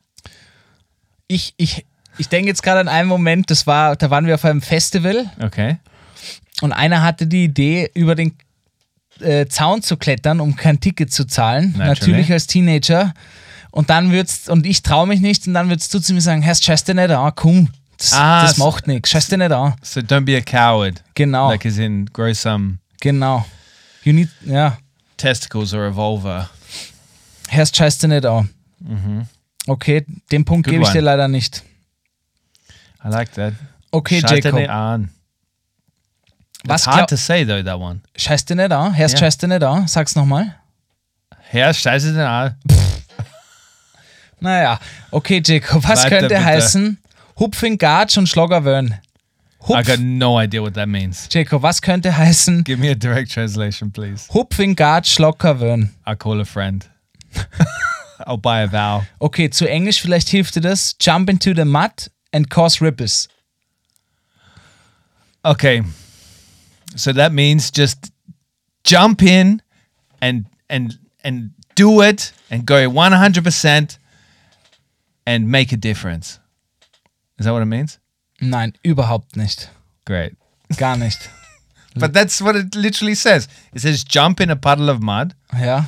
Ich, ich, ich denke jetzt gerade an einen Moment, das war, da waren wir auf einem Festival
Okay.
und einer hatte die Idee, über den äh, Zaun zu klettern, um kein Ticket zu zahlen.
Natürlich.
Natürlich als Teenager. Und dann würdest, und ich traue mich nicht, und dann würdest du zu mir sagen, Herr, scheiß dir nicht an, komm, das,
Ah,
das
s-
macht nichts, scheiß dir nicht an.
So don't be a coward.
Genau,
Like as in grow some
genau. You need, ja,
testicles or a vulva.
Herr, scheiß dir nicht an. Okay, den Punkt
Mhm. Good
gebe ich dir
one.
leider nicht.
I like that.
Okay,
Scheiterne
Jacob,
An.
was
It's hard
glaubst
to say though that one.
Scheiß dir nicht an, Herr,
Ja.
scheiß dir nicht an, sag's nochmal.
Herr Scheiße An.
Naja, okay, Jacob, was
Weiter
könnte
bitte.
heißen? Hupfing Gatsch und Schloggerwörn.
I
Hupf,
got no idea what that means.
Jacob, was könnte heißen?
Give me a direct translation, please.
Hupfing Gatsch, Schloggerwörn.
I'll call a friend. I'll buy a vowel.
Okay, zu Englisch vielleicht hilft dir das. Jump into the mud and cause ripples.
Okay. So that means just jump in and and and do it and go 100% and make a difference. Is that what it means?
Nein, überhaupt nicht.
Great.
Gar nicht.
But that's what it literally says. It says jump in a puddle of mud.
Ja,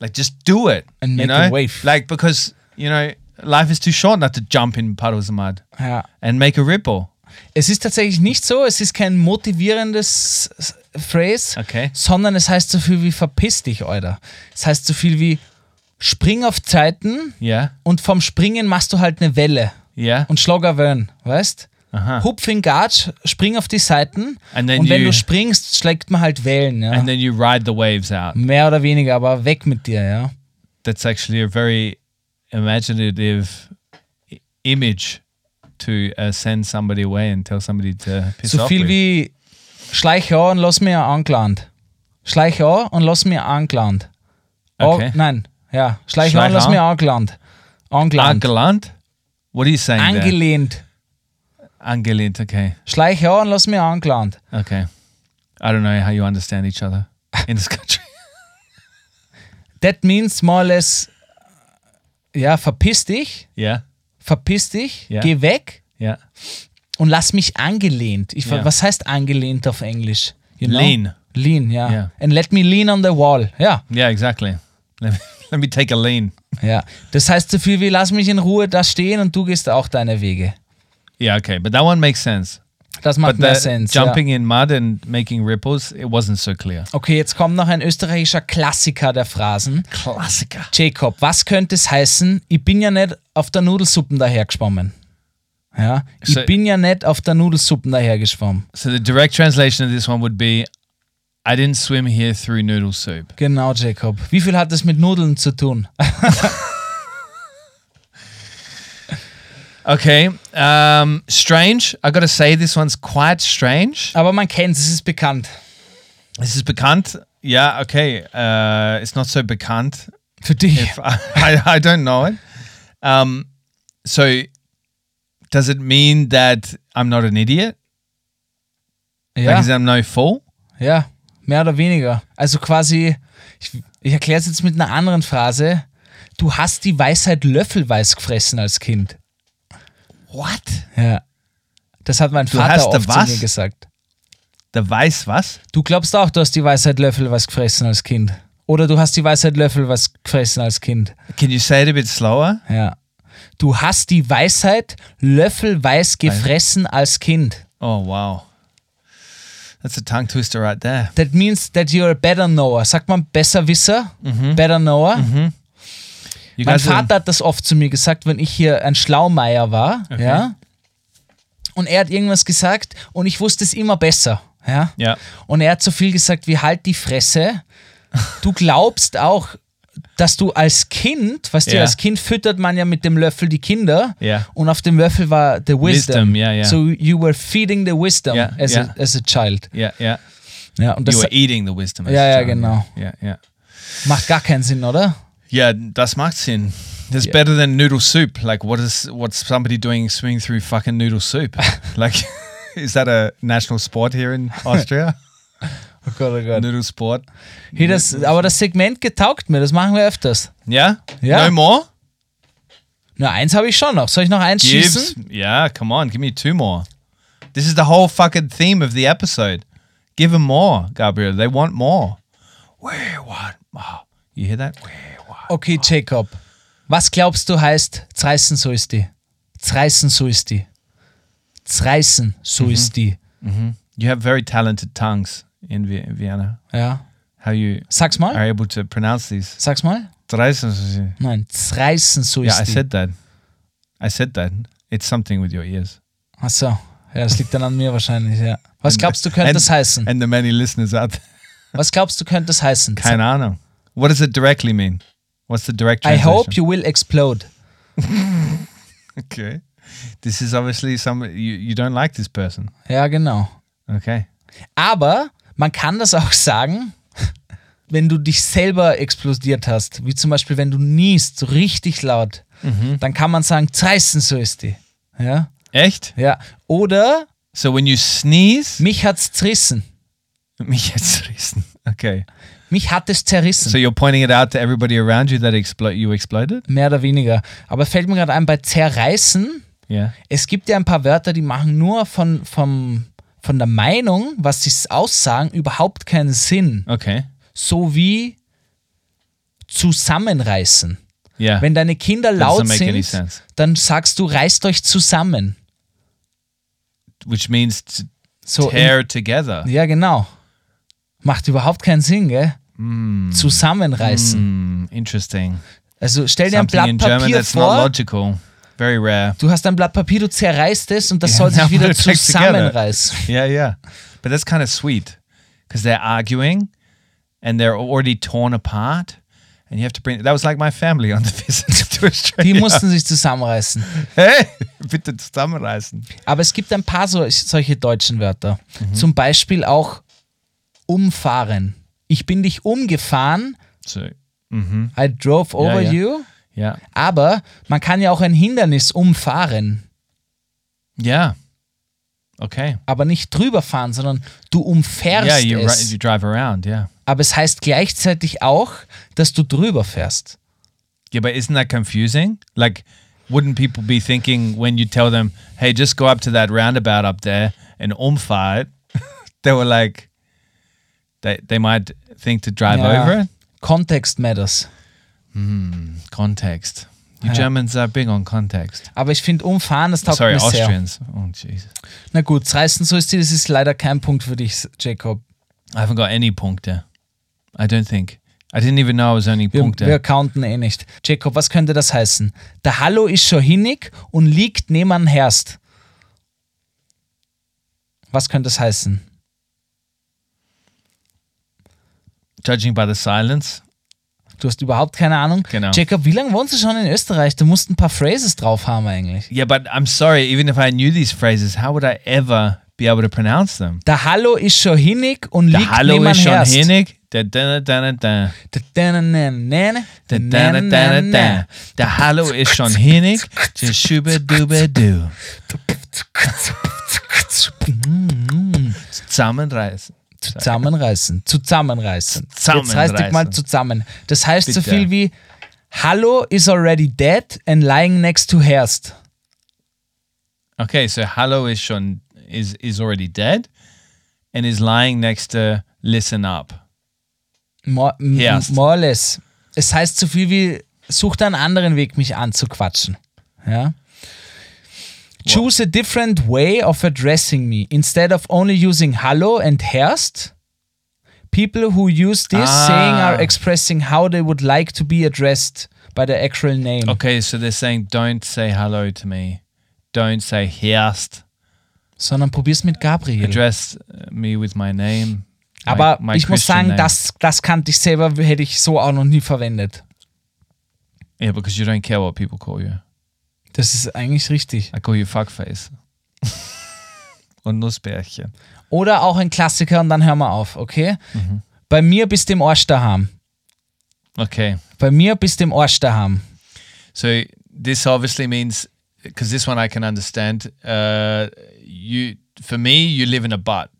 Like just do it
And
you
make a
know?
wave.
Like because you know life is too short not to jump in puddles of mud
ja.
and make a ripple.
Es ist tatsächlich nicht so, es ist kein motivierendes S- S- Phrase,
Okay.
sondern es heißt so viel wie verpiss dich, Alter. Es heißt so viel wie spring auf Zeiten
Yeah.
und vom Springen machst du halt eine Welle.
Yeah.
und Schlagerwellen, weißt?
Aha.
Hupf in Gatsch, spring auf die Seiten
And then
und wenn
you-
du springst, schlägt man halt Wellen, ja.
And then you ride the waves out.
Mehr oder weniger, aber weg mit dir, ja.
that's actually a very imaginative i- image to uh, send somebody away and tell somebody to piss
So
off.
viel
with.
wie schleich an und lass mir angelandet. Schleich an und lass mir angelandet.
Okay.
nein, ja. Schleich,
Schleich
an und lass
an.
mir angelandet. Angelandet.
Angeland? What are you saying there?
Angelehnt.
Angelehnt, okay.
Schleich an und lass mir angelandet.
Okay. I don't know how you understand each other in this country.
That means more or less, ja, verpiss dich,
yeah,
verpiss dich,
Ja.
geh weg.
yeah.
und lass mich angelehnt. Ich,
Ja.
Was heißt angelehnt auf Englisch? You know?
Lean.
Lean, ja.
Ja.
And let me lean on the wall. Ja,
Yeah, exactly. Let me, let me take a lean.
ja. Das heißt so viel wie lass mich in Ruhe da stehen und du gehst auch deine Wege.
Yeah, okay. But that one makes sense.
Das macht
but
mehr
the
Sinn.
jumping
Ja.
in mud and making ripples, it wasn't so clear.
Okay, jetzt kommt noch ein österreichischer Klassiker der Phrasen.
Klassiker.
Jacob, was könnte es heißen? Ich bin ja nicht auf der Nudelsuppen dahergeschwommen. Ja, ich
So-
bin ja nicht auf der Nudelsuppen dahergeschwommen.
So the direct translation of this one would be I didn't swim here through noodle soup.
Genau, Jacob. Wie viel hat es mit Nudeln zu tun?
Okay. Um, strange. I gotta say, this one's quite strange.
Aber man kennt es, es ist bekannt.
This is bekannt. Yeah, okay. Uh, it's not so bekannt.
Für dich.
If I, I, I don't know it. Um, so, does it mean that I'm not an idiot?
ja.
Like, is I'm no fool?
Ja, mehr oder weniger. Also quasi, ich, ich erkläre es jetzt mit einer anderen Phrase. Du hast die Weisheit löffelweiß gefressen als Kind.
What?
Ja. Das hat mein
Du
Vater
hast da
oft
was?
zu mir gesagt.
Der weiß was?
Du glaubst auch, du hast die Weisheit Löffel was gefressen als Kind. Oder du hast die Weisheit Löffel was gefressen als Kind.
Can you say it a bit slower?
Ja. Du hast die Weisheit Löffel weiß gefressen als Kind.
Oh, wow. That's a tongue twister right there.
That means that you're a better knower. Sagt man Besserwisser?
Mhm.
Better knower?
You
Mein
guys are-
Vater hat das oft zu mir gesagt, wenn ich hier ein Schlaumeier war. Ja. Und er hat irgendwas gesagt und ich wusste es immer besser. Ja.
Ja.
Und er hat so viel gesagt wie halt die Fresse. Du glaubst auch, dass du als Kind, weißt du,
Ja.
als Kind füttert man ja mit dem Löffel die Kinder.
Ja.
Und auf dem Löffel war the wisdom.
Wisdom, ja, ja.
So you were feeding the wisdom
Ja,
as,
ja.
a, as a child.
Yeah, yeah.
Ja, und
you
das
were eating the wisdom. as
Ja,
a
ja,
child.
genau.
Yeah, yeah.
macht gar keinen Sinn, oder?
Yeah, das macht Sinn. That's better than noodle soup. Like, what is what's somebody doing swimming through fucking noodle soup? like, is that a national sport here in Austria?
Oh Gott, oh Gott.
noodle sport?
Hey, das, aber das Segment getaugt mir, das machen wir öfters.
Yeah.
Ja.
No more.
Na, eins habe ich schon noch. Soll ich noch eins
Gibbs.
schießen?
Yeah. Come on. Give me two more. This is the whole fucking theme of the episode. Give them more, Gabriel. They want more. We want more. You hear that? We want.
Okay, Jacob. Was glaubst du heißt, zreißen so ist die? Zreißen so ist die. Zreißen so
Mhm.
ist die.
You have very talented tongues in Vi- Vienna.
Ja.
How you
Sag's
are
mal.
able to pronounce these?
Sag's mal.
Dreisens-
Nein, zreißen so ist
Yeah, I
die.
said that. I said that. It's something with your ears.
Achso. Ja, das liegt dann an mir wahrscheinlich, ja. Was glaubst du, könnte
and,
das heißen?
And the many listeners out there.
Was glaubst du, könnte das heißen?
Keine Ahnung. What does it directly mean? What's the direct
I
translation?
hope you will explode.
Okay. This is obviously some you, you don't like this person.
Ja, genau.
Okay.
Aber man kann das auch sagen, wenn du dich selber explodiert hast, wie zum Beispiel, wenn du niest, so richtig laut, dann kann man sagen, zreißen so ist die. Ja,
Echt?
ja. Oder
So when you sneeze,
mich hat's zerrissen.
mich jetzt rissen. Okay.
Mich hat es zerrissen.
So you're pointing it out to everybody around you that explo you exploded?
Mehr oder weniger. Aber fällt mir gerade ein, bei zerreißen,
Yeah.
es gibt ja ein paar Wörter, die machen nur von, vom, von der Meinung, was sie aussagen, überhaupt keinen Sinn.
Okay.
So wie zusammenreißen.
Yeah.
Wenn deine Kinder
doesn't
laut
make any
sind,
sense.
dann sagst du, reißt euch zusammen.
Which means to
So
tear together.
in, ja, genau. Macht überhaupt keinen Sinn, gell? Zusammenreißen.
Mm, Interesting.
Also stell dir ein
Something
Blatt
in German
Papier
that's not
vor,
logical. Very rare.
du hast ein Blatt Papier, du zerreißt es und das
Ja,
soll
now
sich wieder
put it back together.
zusammenreißen.
Yeah, yeah. But that's kind of sweet because they're arguing and they're already torn apart. And you have to bring that was like my family on the visit to
Die
Australia.
mussten sich zusammenreißen.
hey, bitte zusammenreißen.
Aber es gibt ein paar so, solche deutschen Wörter.
Mhm.
Zum Beispiel auch umfahren. Ich bin dich umgefahren,
So,
I drove over
ja.
you.
yeah.
Aber man kann ja auch ein Hindernis umfahren.
Yeah. Okay.
aber nicht drüber fahren, sondern du umfährst
yeah, you, ri-
es.
you drive around. Yeah.
Aber es heißt gleichzeitig auch, dass du drüber fährst.
Yeah, but isn't that confusing? Like, wouldn't people be thinking when you tell them, hey, just go up to that roundabout up there and umfahr it? they were like, they, they might think to drive
Ja.
over it.
Context matters.
Context. You Germans are big on context.
Aber ich finde, umfahren, das taugt
Sorry,
mir sehr.
Austrians. Oh, Jesus.
Na gut, zerreißen so ist die, das ist leider kein Punkt für dich, Jacob.
I haven't got any punkte. I don't think. I didn't even know I was earning
Wir,
punkte.
wir counten eh nicht. Jacob, was könnte das heißen? Der Hallo ist schon hinnig und liegt neben Herst. Was könnte das heißen?
Judging by the silence.
Du hast überhaupt keine Ahnung.
Genau.
Jacob, wie lange wohnst du schon in Österreich? Du musst ein paar Phrases drauf haben eigentlich.
Yeah, but I'm sorry. Even if I knew these phrases, how would I ever be able to pronounce them?
Der Hallo ist schon hinnig und
The
liegt
Hallo
niemand
ist schon
Herst.
hinnig. Da, da, da, da, da.
Da, da, na, na, na, na,
Da, da, da, da, da, da. Der Hallo ist schon hinnig. Schubedubedu. Zusammenreißen.
Zusammenreißen, zusammenreißen. Jetzt reiß dich
Zusammenreißen.
mal zusammen. Das heißt so
Bitte.
viel wie Hallo is already dead and lying next to Herst.
Okay, so Hallo is schon is is already dead, and is lying next to Listen Up.
Mm. More, m-
Erst.
more or less. Es heißt so viel wie, sucht einen anderen Weg, mich anzuquatschen. Ja. Choose a different way of addressing me. Instead of only using hello and herst, people who use this
Ah.
saying are expressing how they would like to be addressed by their actual name.
Okay, so they're saying don't say hello to me, don't say herst,
Sondern probier's mit Gabriel.
address uh, me with my name. my-
Aber
my
ich muss
Christian
sagen,
name.
das, das kannte ich selber, hätte ich so auch noch nie verwendet.
yeah, because you don't care what people call you.
Das ist eigentlich richtig.
I call you fuckface. Und Nussbärchen.
Oder auch ein Klassiker und dann hören wir auf, okay?
Mhm.
Bei mir bist du im Arsch daheim.
Okay,
Bei mir bist du im Arsch daheim.
so this obviously means because this one I can understand. Uh, you for me, you live in a butt.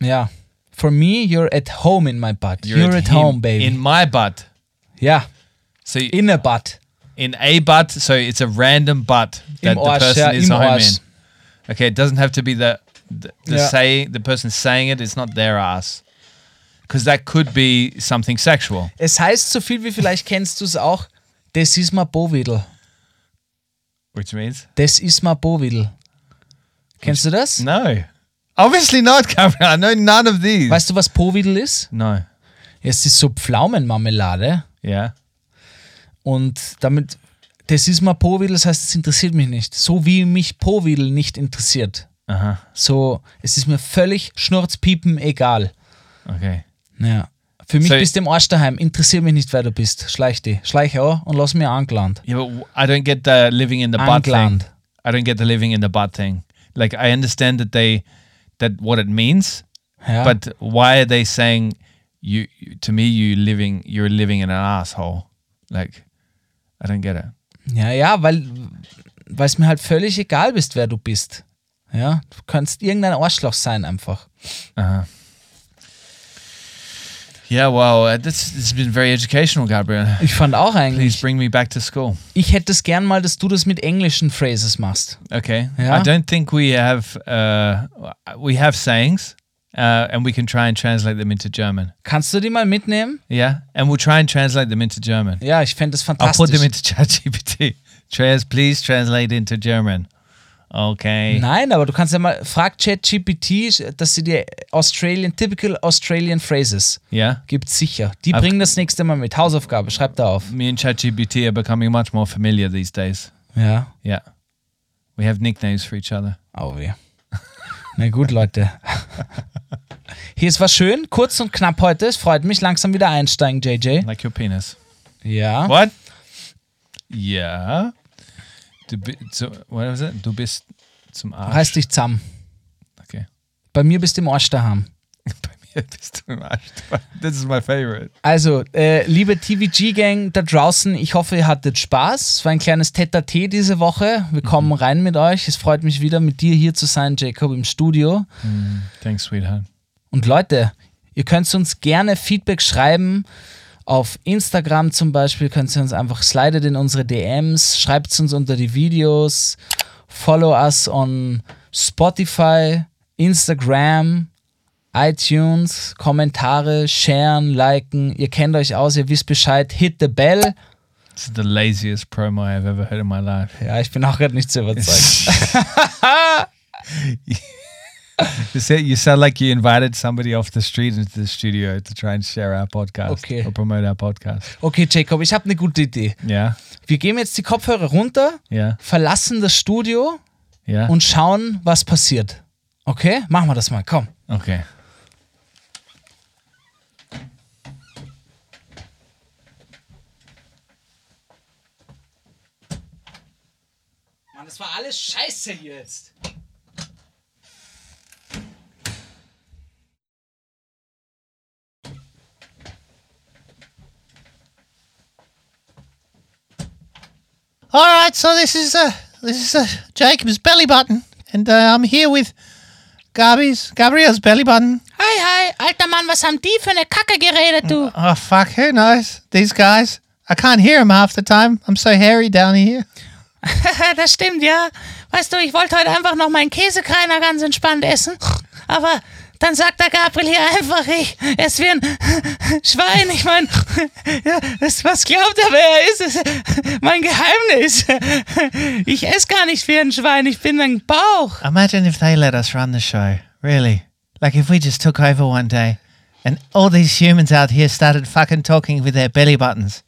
Ja. For me, you're at home in my butt. You're, at,
him-
home, baby.
In my butt.
ja,
So you-
in a butt.
in a butt, so it's a random butt that
Im Arsch,
the person
ja,
is
im
home
Arsch.
in. Okay, it doesn't have to be the the, the
Yeah.
say the person saying it. It's not their ass, because that could be something sexual.
Es heißt so viel wie, vielleicht kennst du es auch, das ist mal Bovidel.
Which means
Das ist mal Bovidel. Kennst du das?
no, obviously not, Gabriel. I know none of these.
Weißt du, was Bovidel ist?
no,
Es ist so Pflaumenmarmelade
yeah,
und damit, das ist mal Povidel, das heißt, es interessiert mich nicht. So wie mich Povidel nicht interessiert.
uh huh,
So, es ist mir völlig schnurzpiepen egal.
okay.
Ja. Für mich
So-
bist du im Arsch daheim, interessiert mich nicht, wer du bist. Schleich dich, schleich auch und lass mir angelandet.
Yeah, but w- I don't get the living in the butt thing.
Angland.
I don't get the living in the butt thing. Like I understand that they that what it means,
Ja.
But why are they saying you to me you living you're living in an asshole? Like I don't get it.
ja, ja, weil es mir halt völlig egal bist, wer du bist. Ja, du kannst irgendein Arschloch sein einfach.
Yeah, well, uh, this this has been very educational, Gabriel.
Ich fand auch
Please
eigentlich,
bring me back to school.
ich hätte es gern mal, dass du das mit englischen Phrases machst.
Okay.
Yeah.
I don't think we have uh, we have sayings uh, and we can try and translate them into German.
Kannst du die mal mitnehmen?
Yeah, and we'll try and translate them into German.
Ja, ich fände das
I'll
fantastisch.
put them into ChatGPT. Trans, please translate into German. Okay.
Nein, aber du kannst ja mal, frag ChatGPT, dass sie dir Australian, typical Australian Phrases
Yeah.
gibt sicher. Die bringen das nächste Mal mit. Hausaufgabe, schreib da auf.
Me and ChatGPT are becoming much more familiar these days.
Ja,
Yeah. We have nicknames for each other.
au weh. Na gut, Leute. Hier, es war schön, kurz und knapp heute. Es freut mich, langsam wieder einsteigen, JJ.
Like your penis.
Ja.
What? Yeah. Du bi- zu, what was it? Du bist zum Arsch.
Reiß dich zusammen.
Okay.
Bei mir bist du im Arsch daheim.
Bei mir bist du im Arsch. This is my favorite.
Also, äh, liebe TVG-Gang da draußen, ich hoffe, ihr hattet Spaß. Es war ein kleines Tete-a-Tete diese Woche. Wir kommen rein mit euch. Es freut mich wieder, mit dir hier zu sein, Jacob, im Studio.
Thanks, sweetheart.
Und Leute, ihr könnt uns gerne Feedback schreiben. Auf Instagram zum Beispiel könnt ihr uns einfach slidet in unsere DMs, schreibt uns unter die Videos, follow us on Spotify, Instagram, iTunes, Kommentare, sharen, liken. Ihr kennt euch aus, ihr wisst Bescheid. Hit the bell.
This is the laziest promo I've ever heard in my life.
Ja, ich bin auch gerade nicht so überzeugt.
You say- you sound like you invited somebody off the street into the studio to try and share our podcast
Okay.
or promote our podcast.
Okay, Jacob, ich habe eine gute Idee.
Yeah.
Wir geben jetzt die Kopfhörer runter,
Yeah.
verlassen das Studio
Yeah.
und schauen, was passiert. Okay? Machen wir das mal. Komm.
okay.
Mann, das war alles scheiße hier jetzt.
All right, so this is uh, this is uh, Jacob's belly button, and uh, I'm here with Gabi's Gabriel's belly button.
Hi, hi, alter Mann, was haben die für eine Kacke geredet, du?
Oh fuck, who knows? These guys, I can't hear them half the time. I'm so hairy down here.
das stimmt, ja. Weißt du, ich wollte heute einfach noch meinen Käsekreiner ganz entspannt essen. Aber dann sagt der Gabriel hier einfach, ich esse wie ein Schwein. Ich meine, ja, das- was glaubt er, wer er ist? Das ist mein Geheimnis. Ich esse gar nicht wie ein Schwein, ich bin ein Bauch.
Imagine if they let us run the show, really. Like if we just took over one day and all these humans out here started fucking talking with their belly buttons.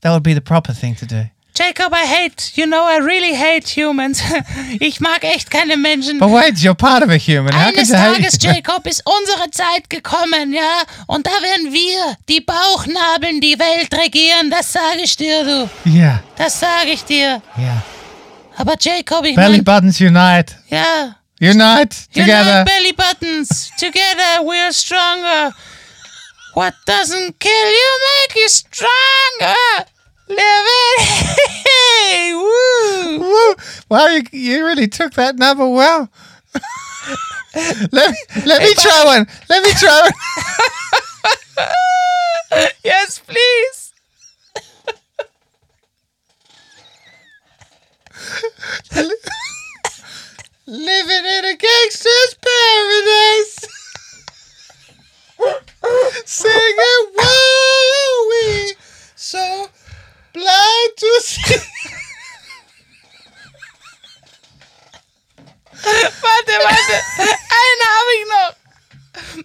That would be the proper thing to do.
Jacob, I hate, you know, I really hate humans. Ich mag echt keine Menschen.
But wait, you're part of a human. How could
Eines
you
Tages,
hate
Jacob, ist unsere Zeit gekommen, ja? Und da werden wir, die Bauchnabeln, die Welt regieren. Das sage ich dir, du.
Yeah,
Das sage ich dir.
yeah.
Aber Jacob, ich
Belly
meine,
buttons unite.
ja.
Unite together.
Unite belly buttons. Together we are stronger. What doesn't kill you make you stronger. Live it. Hey, woo.
Woo! Wow, you, you really took that number well. let me, let me try one. Let me try one.
Yes, please.
Living in a gangster's paradise. Singing, why are we so blind to see?
Warte, warte. Einen habe ich noch.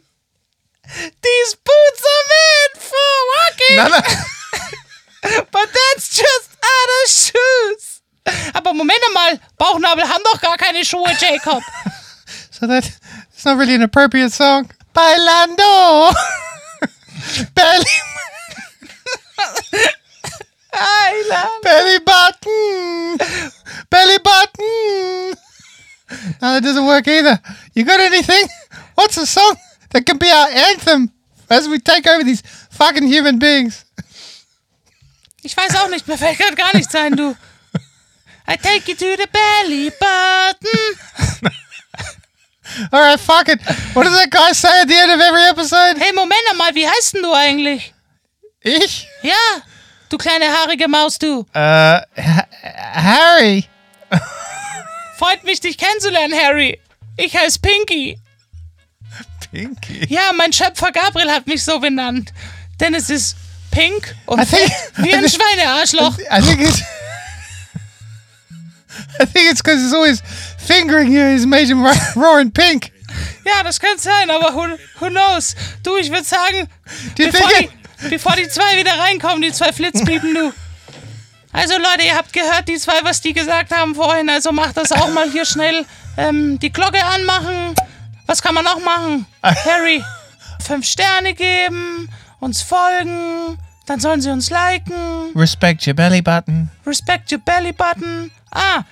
These boots are made for walking,
Nein, nein.
but that's just other shoes. Aber Moment mal, Bauchnabel haben doch gar keine Schuhe, Jacob.
So that it's not really an appropriate song. Bailando. belly,
Eiland.
belly button. Belly button. No, that doesn't work either. You got anything? What's a song that can be our anthem as we take over these fucking human beings?
Ich weiß auch nicht, mir fällt gerade gar nichts ein, du. I take you to the belly button.
All right, fuck it. What does that guy say at the end of every episode?
Hey, Moment mal, wie heißt denn du eigentlich?
Ich?
Ja, du kleine haarige Maus, du.
Uh, Ha- Harry.
Freut mich, dich kennenzulernen, Harry. Ich heiße Pinky.
Pinky.
Ja, mein Schöpfer Gabriel hat mich so benannt. Denn es ist pink und
I think-
fett wie ein Schweinearschloch.
I think it's. I think it's because he's always fingering you. He's made him ro- roaring pink.
Ja, das könnte sein, aber who, who knows? Du, ich würde sagen,
Do you
bevor
think
die, bevor die zwei wieder reinkommen, die zwei Flitzpiepen, du. Also Leute, ihr habt gehört, die zwei, was die gesagt haben vorhin. Also macht das auch mal hier schnell. Ähm, die Glocke anmachen. Was kann man noch machen? Harry, fünf Sterne geben, uns folgen, dann sollen sie uns liken.
Respect your belly button.
respect your belly button. Ah,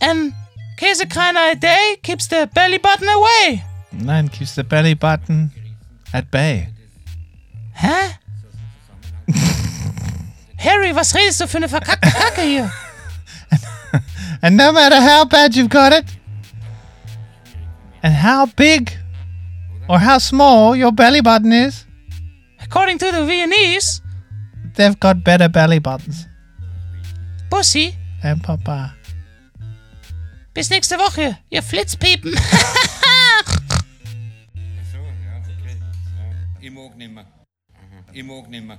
and Käsekreiner a day keeps the belly button away.
Nine keeps the belly button at bay.
Hä? Harry, was redest du für eine verkackte Kacke hier?
And no matter how bad you've got it, and how big or how small your belly button is,
According to the Viennese,
they've got better belly buttons.
Bussi,
And Papa.
bis nächste Woche, ihr Flitzpiepen.
So, ja, okay. Ja. Ich mag nicht mehr. Ich mag nicht mehr.